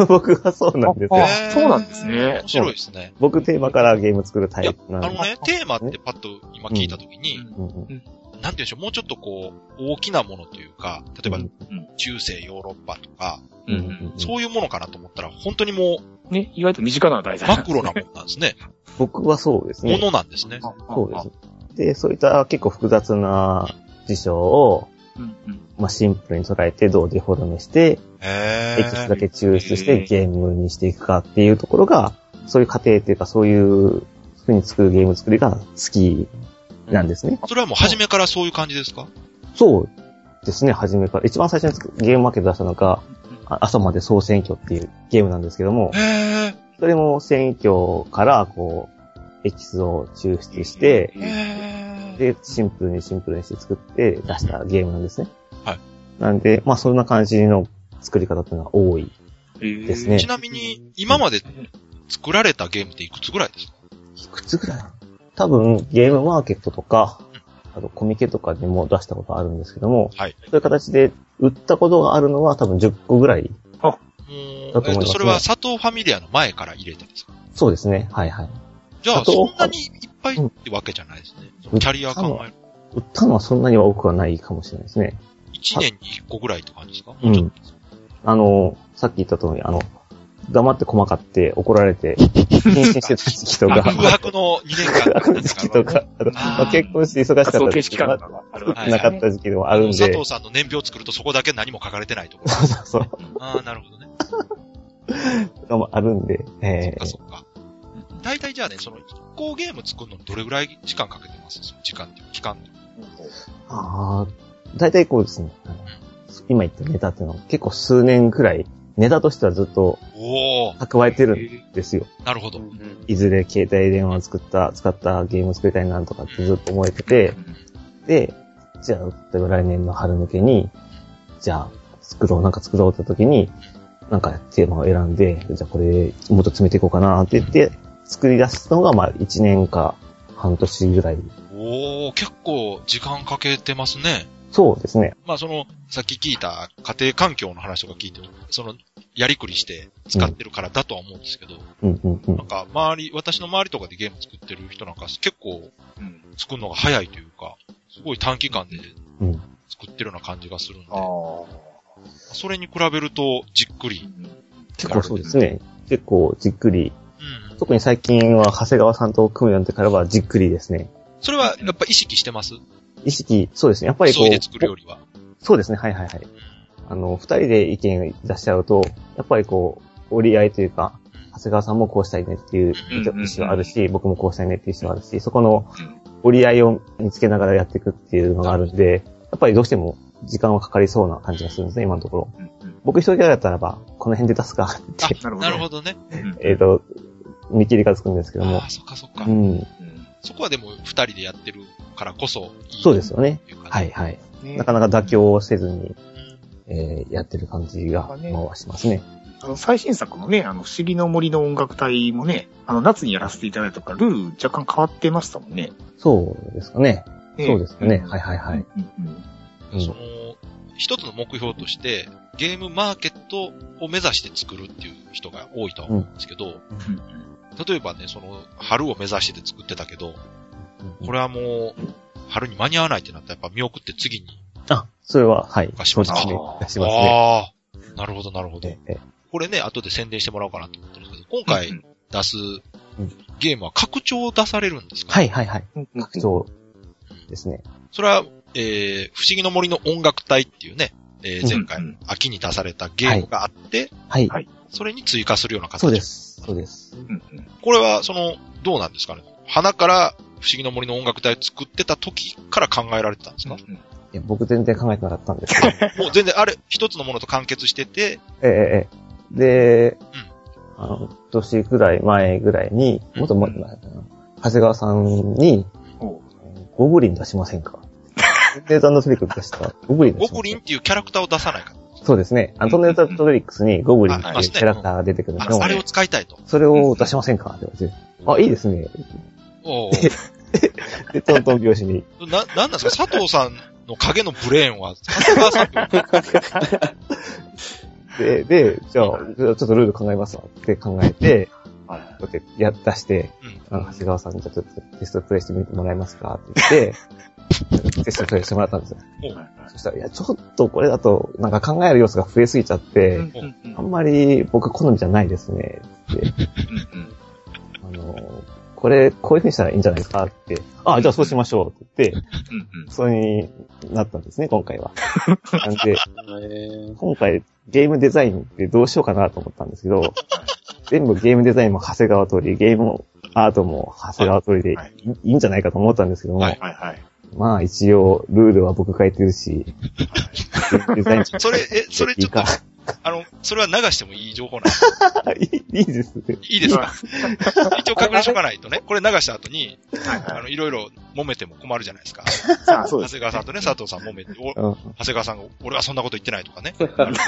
僕はそうなんですあよ。へーそうなんですね面白いですね。僕テーマからゲーム作るタいやイプなあんので。ね、テーマってパッと今聞いたときに、うんうん何なんて言うんでしょう、もうちょっとこう、大きなものというか、例えばうん中世ヨーロッパとか、うんうんうんそういうものかなと思ったら、本当にもうね、意外と身近な題材。マクロなもんなんですね。僕はそうですもね。のなんですね。そうです。で、そういった結構複雑な事象を、うんうんまあ、シンプルに捉えてどうデフォルメして、へエキスだけ抽出しえてーゲームにしていくかっていうところが、そういう過程っていうかそういう風に作るゲーム作りが好きなんですね。それはもう初めからそういう感じですかそうですね、初めから。一番最初に作るゲームマーケット出したのが、あ朝まで総選挙っていうゲームなんですけども、へーそれも選挙からこう、エキスを抽出して、へーで、シンプルにシンプルにして作って出したゲームなんですね。はい。なんで、まあそんな感じの作り方っていうのは多い。ですねちなみに、今まで作られたゲームっていくつぐらいですかいくつぐらい多分、ゲームマーケットとか、あとコミケとかでも出したことあるんですけども、はいそういう形で売ったことがあるのは多分10個ぐらい。もうだとえっ思いますねと、それは佐藤ファミリアの前から入れてですかそうですね。はいはい。じゃあ、佐藤そんなにいっぱいってわけじゃないですね。うんキャリア考える。売ったのはそんなには多くはないかもしれないですね。 1年に1個ぐらいって感じですかうもうちょっん。あの、さっき言った通り、あの、黙って細かって怒られて、妊娠してた時期 とと。あか、 空白の2年間。学の 時期とか、あとあーまあ結婚して忙しか活動っ形式た時期感がとかあるわけですなかった時期でもあるんで、佐そう藤さんの年表作るとそこだけ何も書かれてないと ころ。そうそう、ああ、なるほどね。とかもあるんで、そっえかそっか。大体じゃあね、その1個ゲーム作るのにどれぐらい時間かけてますその時間っていう期間っていうー、あー大体こうですね、あの今言ったネタっていうのは結構数年くらい、ネタとしてはずっとおー、蓄えてるんですよ。なるほど。いずれ携帯電話を作った、使ったゲームを作りたいなとかってずっと思えてて、で、じゃあ、例えば来年の春向けに、じゃあ、作ろう、なんか作ろうって時に、なんかテーマを選んで、じゃあこれ、もっと詰めていこうかなって言って、作り出すのが、まあ、1年か半年ぐらい。おー、結構時間かけてますね。そうですね。まあその、さっき聞いた家庭環境の話とか聞いてる、その、やりくりして使ってるからだとは思うんですけど、うんうんうんなん。か周り、私の周りとかでゲーム作ってる人なんか結構うん作るのが早いというか、すごい短期間でうん作ってるような感じがするんで、あーそれに比べるとじっくり。結構そうですね。結構じっくり。うん。特に最近は長谷川さんと組むようになってからはじっくりですね。それはやっぱ意識してます意識、そうですね。やっぱりこ急いで作るうよ、りは。そうですね。はいはいはい。うんあの、二人で意見出しちゃうと、やっぱりこう、折り合いというか、長谷川さんもこうしたいねっていううん意思はあるし、僕もこうしたいねっていう意思はあるし、そこのうん折り合いを見つけながらやっていくっていうのがあるんで、やっぱりどうしても時間はかかりそうな感じがするんですね、今のところ。うんうん僕一人だったらば、この辺で出すかって、なるほど。なるほどね。えっと、見切りがつくんですけどもああ、。そっかそっかう。ん、うんそこはでも二人でやってるからこそいい。そうですよね。っていうかね。はいはい。ねなかなか妥協せずうに、んえーやってる感じが、まあしますね。あの最新作のね、あの、不思議の森の音楽隊もね、あの、夏にやらせていただいたから、ルール若干変わってましたもんね。そうですかね。そうですかね。はいはいいはい。。うんうんうんその、一つの目標として、ゲームマーケットを目指して作るっていう人が多いとは思うんですけど、うん例えばね、その、春を目指してて作ってたけど、これはもう、春に間に合わないってなったらやっぱ見送って次に。あ、それは、はい。あします正直あしますね。ああ、なるほどなるほどえ。えこれね、後で宣伝してもらおうかなと思ってるんですけど、今回うん出すうんゲームは拡張を出されるんですか。はいいはいはい。うんうん拡張ですね。それは、えー、不思議の森の音楽隊っていうね、えー、前う回ん、秋に出されたゲームがあって、はい。はいそれに追加するような形。そうで。す。そうです。うんうんこれは、その、どうなんですかね花から不思議の森の音楽隊を作ってた時から考えられてたんですか、いや、僕全然考えてなかったんですけど。もう全然、あれ、一つのものと完結してて、ええええ。で、あの、年くらい前ぐらいに、うんもっと前かな、長谷川さんに、おうゴブリン出しませんかデータのトリック出した。ゴブリン出ゴしまクせリんンっかていうキャラクターを出さないかそうですね。あの、トンネルタトリックスにゴブリンってあいういキますねャラクターが出てくるんですけあどあれを使いたいと。それを出しませんかって言われて。あ、いいですね。おうおで、トントン拍子にう な、なんなんですか佐藤さんの影のブレーンは、長谷川さんとで、で、じゃあ、じゃあちょっとルール考えますわって考えて、はいはい。とかや出して、うん。あの、長谷川さんにじゃあちょっとテストプレイしてみてもらえますかって言って、テストプレイしてもらったんですよ。そしたら、いや、ちょっとこれだと、なんか考える要素が増えすぎちゃって、うんうんあんまり僕好みじゃないですね。って、うんあの、これ、こういう風にしたらいいんじゃないですかって、あ、じゃあそうしましょうって言って、うんそれになったんですね、今 回は。なんで、え今回ゲームデザインってどうしようかなと思ったんですけど、全部ゲームデザインも長谷川通り、ゲームアートも長谷川通りでいはいいいんじゃないかと思ったんですけども、はいはいはい。まあ一応ルールは僕書いてるし、デザインちょっそれ、え、それいちいょっとか、。あの、それは流してもいい情報なんですいいいいですね。いいですか一応確認しとかないとね。これ流した後に、はいあはの、いろいろ揉めても困るじゃないですか。い。さあ、そうで長す。谷川さんとね、佐藤さん揉めて、おうん長谷川さんが、俺はそんなこと言ってないとかね。なると、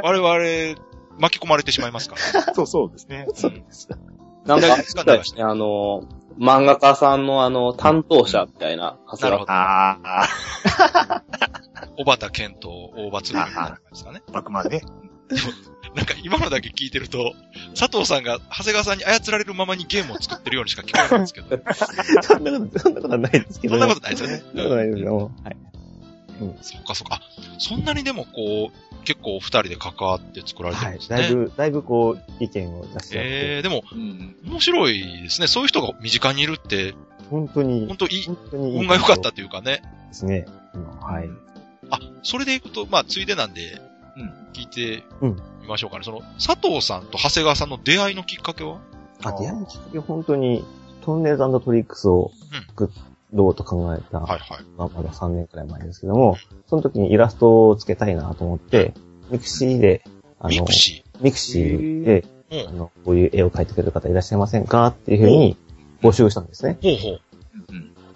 我々、巻き込まれてしまいますから。そうそうですね。そうです。なんか、大丈夫ですか流しあの、漫画家さんのあの、担当者みたいな、長な谷るほ川ど。ああ、小畑健と大場鶴みたいな感じですかね。バクマンね。なんか今のだけ聞いてると、佐藤さんが長谷川さんに操られるままにゲームを作ってるようにしか聞こえないんですけど、 そんなこと、そんなことはないですけど。そんなことないですよね。そんなことないですけども。はい。そうかそうか。あそんなにでもこう、結構お二人で関わって作られてるはんいで。すね。だいぶ、だいぶこう、意見を出し合って、えー、でもうん。面白いですね。そういう人が身近にいるって、本当に本、当いい、本当にいい。運が良かったというかね。ですね。今はい。あ、それでいくと、まあ、ついでなんで、聞いてみましょうかね。その、佐藤さんと長谷川さんの出会いのきっかけはあ、出会いのきっかけ、本当に、トンネルズトリックスを作ろうと考えた、はいはい。まあまだ3年くらい前ですけども、その時にイラストをつけたいなと思って、ミクシーで、あミのク、シミクシーで、ー。うあん。の、こういう絵を描いてくれる方いらっしゃいませんかっていうふうに募集したんですね。ほうほう。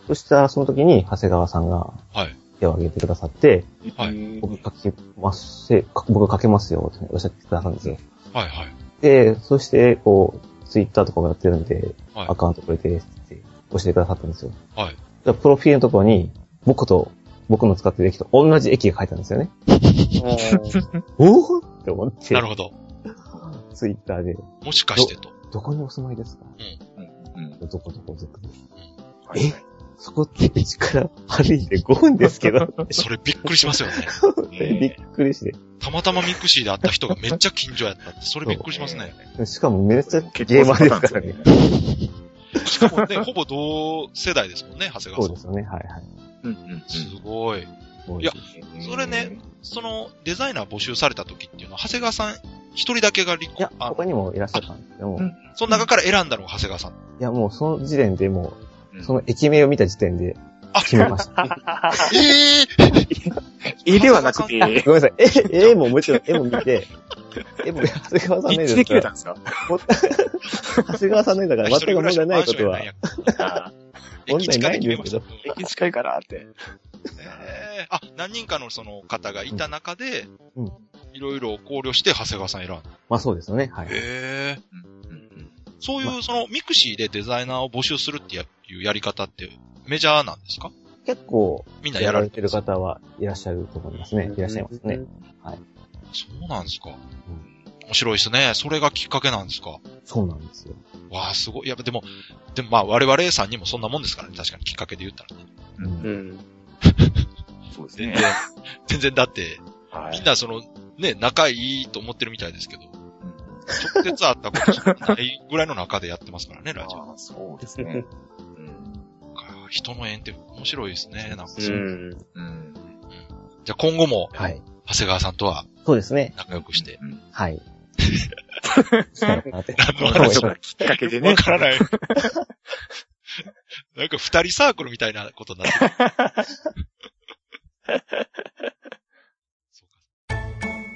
そしたら、その時に長谷川さんがはい。手を挙げてくださって、はいい僕描きますせ、僕描けますよっておっしゃってくださったんですよ。はいはい。で、そして、こう、ツイッターとかもやってるんで、はいアカウントくれてって教えてくださったんですよ。はい。でプロフィールのところに、僕と、僕の使ってる駅と同じ駅が書いてあるんですよね。おおって思ってな、るほど。ツイッターで、もしかしてと。どこにお住まいですかうん。どこどこどこです。はいはい。そこって家から歩いて5分ですけ ど、それびっくりしますよね。びっくりして。たまたまミクシーで会った人がめっちゃ近所やったって、それびっくりし ますね。しかもめっちゃゲーマーですからね。しかもね、ほぼ同世代ですもんね、長谷そ川うさでん。すよね。はいはい。うんうんすごい。もういやそれね。そのデザイナー募集された時っていうのは、長谷川さん一人だけが立い候や補、、あ他にもいらっしゃったんですけども、うんその中から選んだのが長谷川さん。いやもうその時点でもうんう、その駅名を見た時点であ決めました。 ええ絵ではなくて、ごめんなさい。絵、絵ももちろん絵も見 て、絵も長谷川さんの一絵致でだきかれらたん、ですか長谷川さんの絵だから一人暮全くら問しの題マないンこションとやはな、んや。あ問駅題近なでいん決めでますけしたど。ー駅近いからって。ええあ、何人かのその方がいた中でうん、いろいろ考慮して長谷川さん選んだ。まあそうですよね。はい。ええうんそういまう、その、ミクシーでデザイナーを募集するっていうやり方って、メジャーなんですか結構、みんなややらられれててるる方。方はいらっしゃると思いま すね。いらっしゃいますね。。そうなんですか。面白いですね。それがきっかけなんですか。そうなんですよ。わあ、すごい。いや、でも、でもまあ、我々さんにもそんなもんですからね。確かにきっかけで言ったらね。うんうんうん。そうです全ね然。、全然だって、はみんい。なその、ね、仲いいと思ってるみたいですけど、直接会ったことしかないぐらいの中でやってますからね、ラジオ。ああ、そうですね。なんか人の縁って面白いですね。なんかそうう、ん。うん。うん。じゃあ今後も、はい。長谷川さんとはそうですね。仲良く して。うん。 はい。まあち何の話をょっときっかけでわね。からない。なんか二人サークルみたいなことになってる。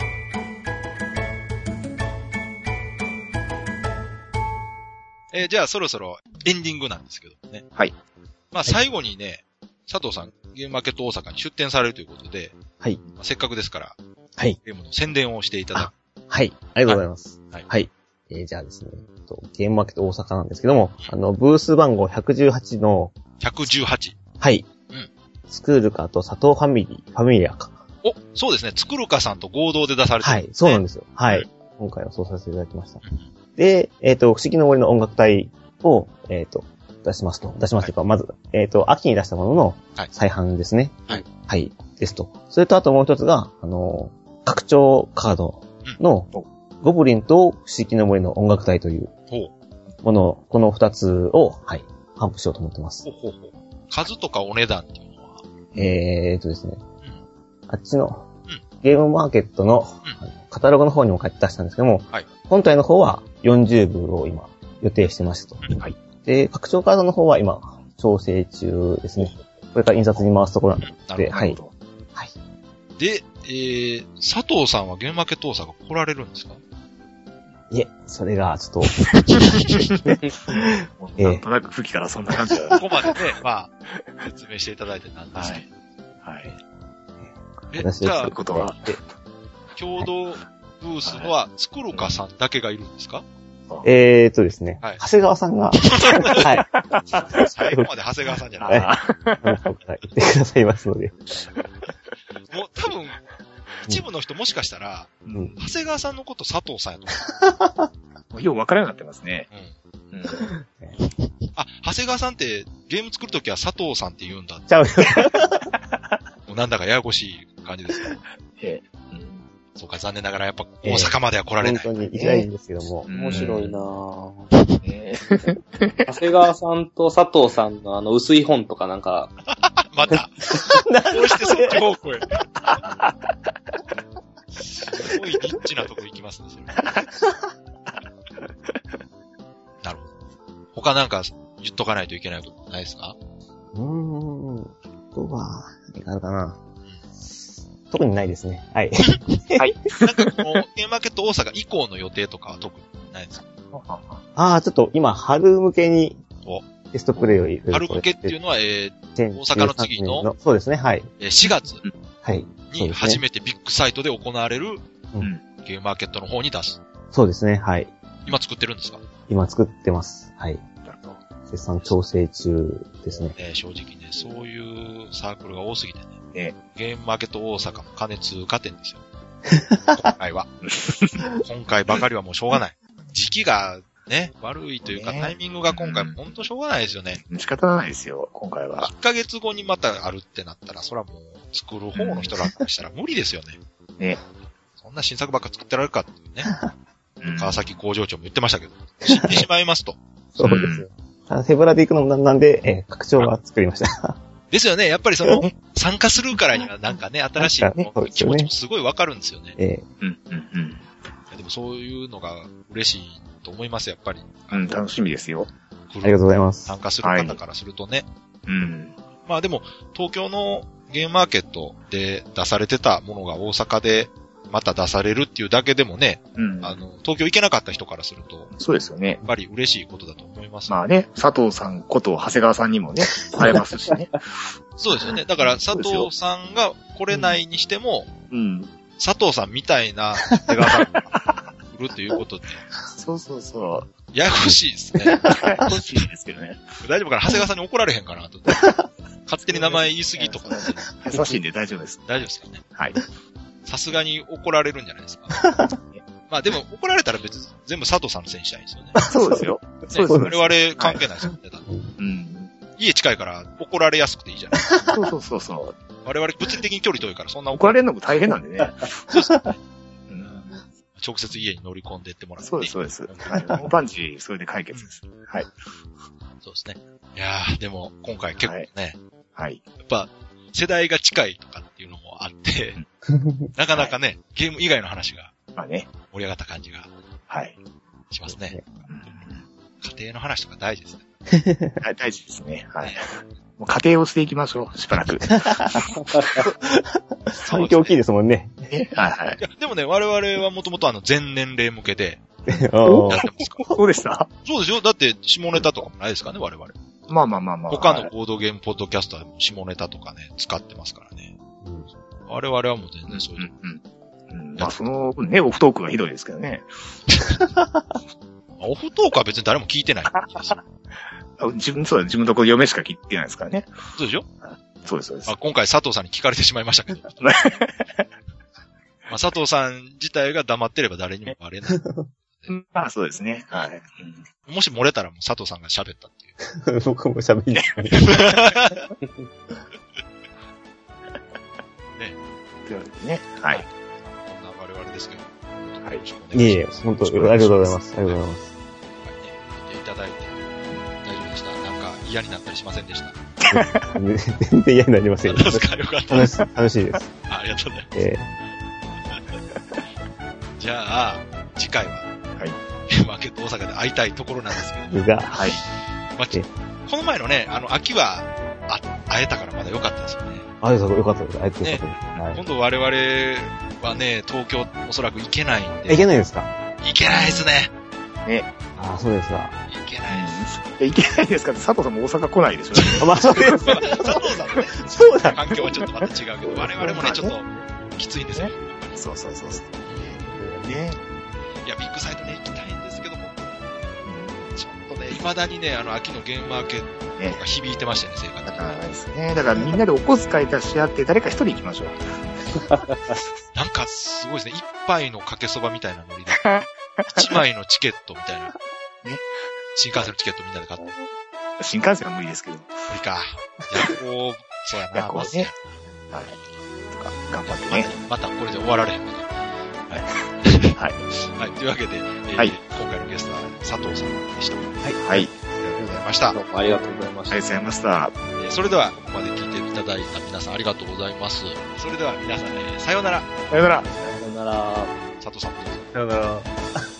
えーじゃあそろそろエンディングなんですけどね。はい。まあ最後にね、佐藤さん、ゲームマーケット大阪に出店されるということで、はいまあせっかくですから、はい。ゲームの宣伝をしていただはい。ありがとうございます。ははいい。えーじゃあですね、えっとゲームマーケット大阪なんですけども、あの、ブース番号118の、く、118。はい。うんスクールカーと佐藤ファミリー、ファミリアか。お、そうですね、つくるかさんと合同で出されてるはい。そうなんですよ。はい。はい今回はそうさせていただきました。で、えっ、と、不思議の森の音楽隊を、えっ、と、出しますと。出しますというか、まず、えっ、と、秋に出したもののはい再販ですね。はい。はい。ですと。それと、あともう一つが、あの、拡張カードのうんお、ゴブリンと不思議の森の音楽隊というほう。ものを、この二つを、はい、頒布しようと思ってますほう。ほうほう。数とかお値段っていうのは、えーっとですね、あっちのうゲームマーケットのうカタログの方にも書いて出したんですけども、はい本体の方は40部を今予定してますと。はいで、拡張カードの方は今調整中ですね。これから印刷に回すところなんなるで、ほはい。どはい。ど。で、えー、佐藤さんはゲームマーケット大阪来られるんですかいえ、それがちょっと、 もうええなんとなく吹きからそんな感 じだ。ここまでね、まあ、説明していただいてなんですけど。はい。え、私じとゃいあう、ことは、共同ブースのは、つくろかさんだけがいるんですかえーっとですね、はい長谷川さ んが、はい、最後まで長谷川さんじゃあない。ー あの言ってくださいますので、もう多分、一部の人もしかしたら、うん長谷川さんのこと佐藤さんやともうよう分からなくなってますね。思う。ううんん。あ、長谷川さんってゲーム作るときは佐藤さんって言うんだ。ちゃうよ。もうなんだかややこしい感じですね。ええそうか、残念ながらやっぱ大阪までは来られ本ない。当にいきなりですけども、うん面白いなぁ。うんね長谷川さんと佐藤さんのあの薄い本とかなんか、また。 こうしてそっち方向へ。すごいリッチなとこ行きますね、 それ。なるほど。他なんか言っとかないといけないことないです かうーん。あとは、何かあるかな。特にないですね。 はい。なんかこの、ゲームマーケット大阪以降の予定とかは特にないですかああ、ちょっと今、春向けにお、テストプレイをいろいろ春向けっていうのは、えー大大阪の次のそうですね、はい。えー4月はい。そにうですね初めてビッグサイトで行われるうんゲームマーケットの方に出す。そうですね、はい。今作ってるんですか今作ってます。はい。絶賛調整中ですね。えー正直ね、そういうサークルが多すぎてね。ねゲームマーケット大阪の加熱加点ですよ。今回は。今回ばかりはもうしょうがない。時期がね、悪いというか、ねタイミングが今回ほんとしょうがないですよね。仕方ないですよ、今回は。 1ヶ月後にまたあるってなったら、それはもう作る方の人らからしたら無理ですよね。ねそんな新作ばっか作ってられるかっていうね。うん川崎工場長も言ってましたけど。知ってしまいますと。そうです。ただ手ぶらで行くのもなんなんで、えー拡張は作りま した。ですよね。やっぱりその、参加するからにはなんかね、新しいなんかねそうです気よ持ねちもすごいわかるんですよね。えうん、うん、いやでもそういうのが嬉しいと思います、やっぱり。うん。うん、楽しみですよ。来ーありがるとうございます。参加する方からするとね。うん。まあでも、東京のゲームマーケットで出されてたものが大阪でまた出されるっていうだけでもね、うん。あの、東京行けなかった人からすると、そうですよねや。っぱり嬉しいことだと思います。まあね、佐藤さんこと長谷川さんに もね、会えますしね。そうですよね。だから佐そうですよ藤さんが来れないにしても、うん。佐藤さんみたいな手柄が来るということで、そうそうそう。ややこしいですね。 欲しいですけどね。大丈夫かな長谷川さんに怒られへんかなと。勝手に名前言いすぎとか。優しいんで大丈夫です。大丈夫ですかねはい。さすがに怒られるんじゃないですか。 まあでも怒られたら別に全部佐藤さんのせいにしたいんですよね。そうですよ。そうですね我々関係ないですよね。だってうん。家近いから怒られやすくていいじゃないそうそうそうそう。我々物理的に距離遠いからそんな怒怒らられ、れるのも大変なんでね。うん直接家に乗り込んでってもらって。そうです、そうです。はい。もうバンジー、それで解決です。はい。そうですね。いやー、でも今回結構ね、はい。やっぱ世代が近いとかっていうのもあって、なかなかね、ゲーム以外の話がまあね。盛り上がった感じがはい。しますね。うん家庭の話とか大事ですね。はい、大事ですね。はい。もう家庭をしていきましょう、しばら く。反響大きいですもんね。ねはいはいい。や、でもね、我々はもともとあの、全年齢向けで、おやっーてますから。そうでしたそうでしょだって、下ネタとかもないですからね、我々。まあまあまあまあ。他はのい。ボードゲームポッドキャスターも下ネタとかね、使ってますからね。うん 我々はもう全うん然そういうう。んうんうんまあその、ね、オフトークがひどいですけどね。まあオフトークは別に誰も聞いてないです。あ自分、そうだ、自分のとこ嫁しか聞いてないですからね。そうでしょそうです、そうですまあ、。今回佐藤さんに聞かれてしまいましたけ ど。まあ佐藤さん自体が黙ってれば誰にもバレない。まあ、そうですね。はい。うんもし漏れたらもう佐藤さんが喋ったっていう。僕も喋りない。というわけでね。はい。こんな我々ですけど。はいよろしくお願いえいしえ、ます本当ありがとうございます。ありがとうございます。はいね見ていただいて、大丈夫でしたなんか嫌になったりしませんでした。全然嫌になりませんそうでよ。すか、よかった楽でしす。い、楽しいです。あありがとうございます。えじゃあ、次回は、はい。マーケット大阪で会いたいところなんですけど、ー、が、はい。まあちえこの前のね、あの、秋は、あ、会えたからまだ良かったですよね。ありがとうよかったです。ありがとうございます。は今度我々はね、東京おそらく行けないんい。で。いけないですか行けないですね。ああ、そうですか。行けないです。いやいけないですかって佐藤さんも大阪来ないでしょあまあ、そうです。まあ佐藤さんのね、そうだ。環境はちょっとまた違うけど、我々もね、ちょっときついんですよ。 そうそうそうそう。ね。いや、ビッグサイトね、行きたいんですけども、ちょっとね、未だにね、あの、秋のゲームマーケットが響いてましたよね、生活だ。からですね。だからみんなでお小遣い出し合って、誰か一人行きましょう。なんか、すごいですね。一杯のかけそばみたいなノ リで。一枚のチケットみたいな。新幹線のチケットみんなで買って。新幹線は無理ですけど、無理か。夜行、そうやな。夜行ねまずね。はい。とか、頑張ってまねた。、またこれで終わられへんのか。はい。はい。というわけで、えーはい今回のゲストは佐藤さんでした。はい。ありありがとうございました。どうもありがとうございましがとたうご。ざいました。えーそれでは、ここまで聞いていただいた皆さんありがとうございます。それでは皆さん、えーさようなら。さよなら。さようなら。佐藤さんもどうぞ。さよなら。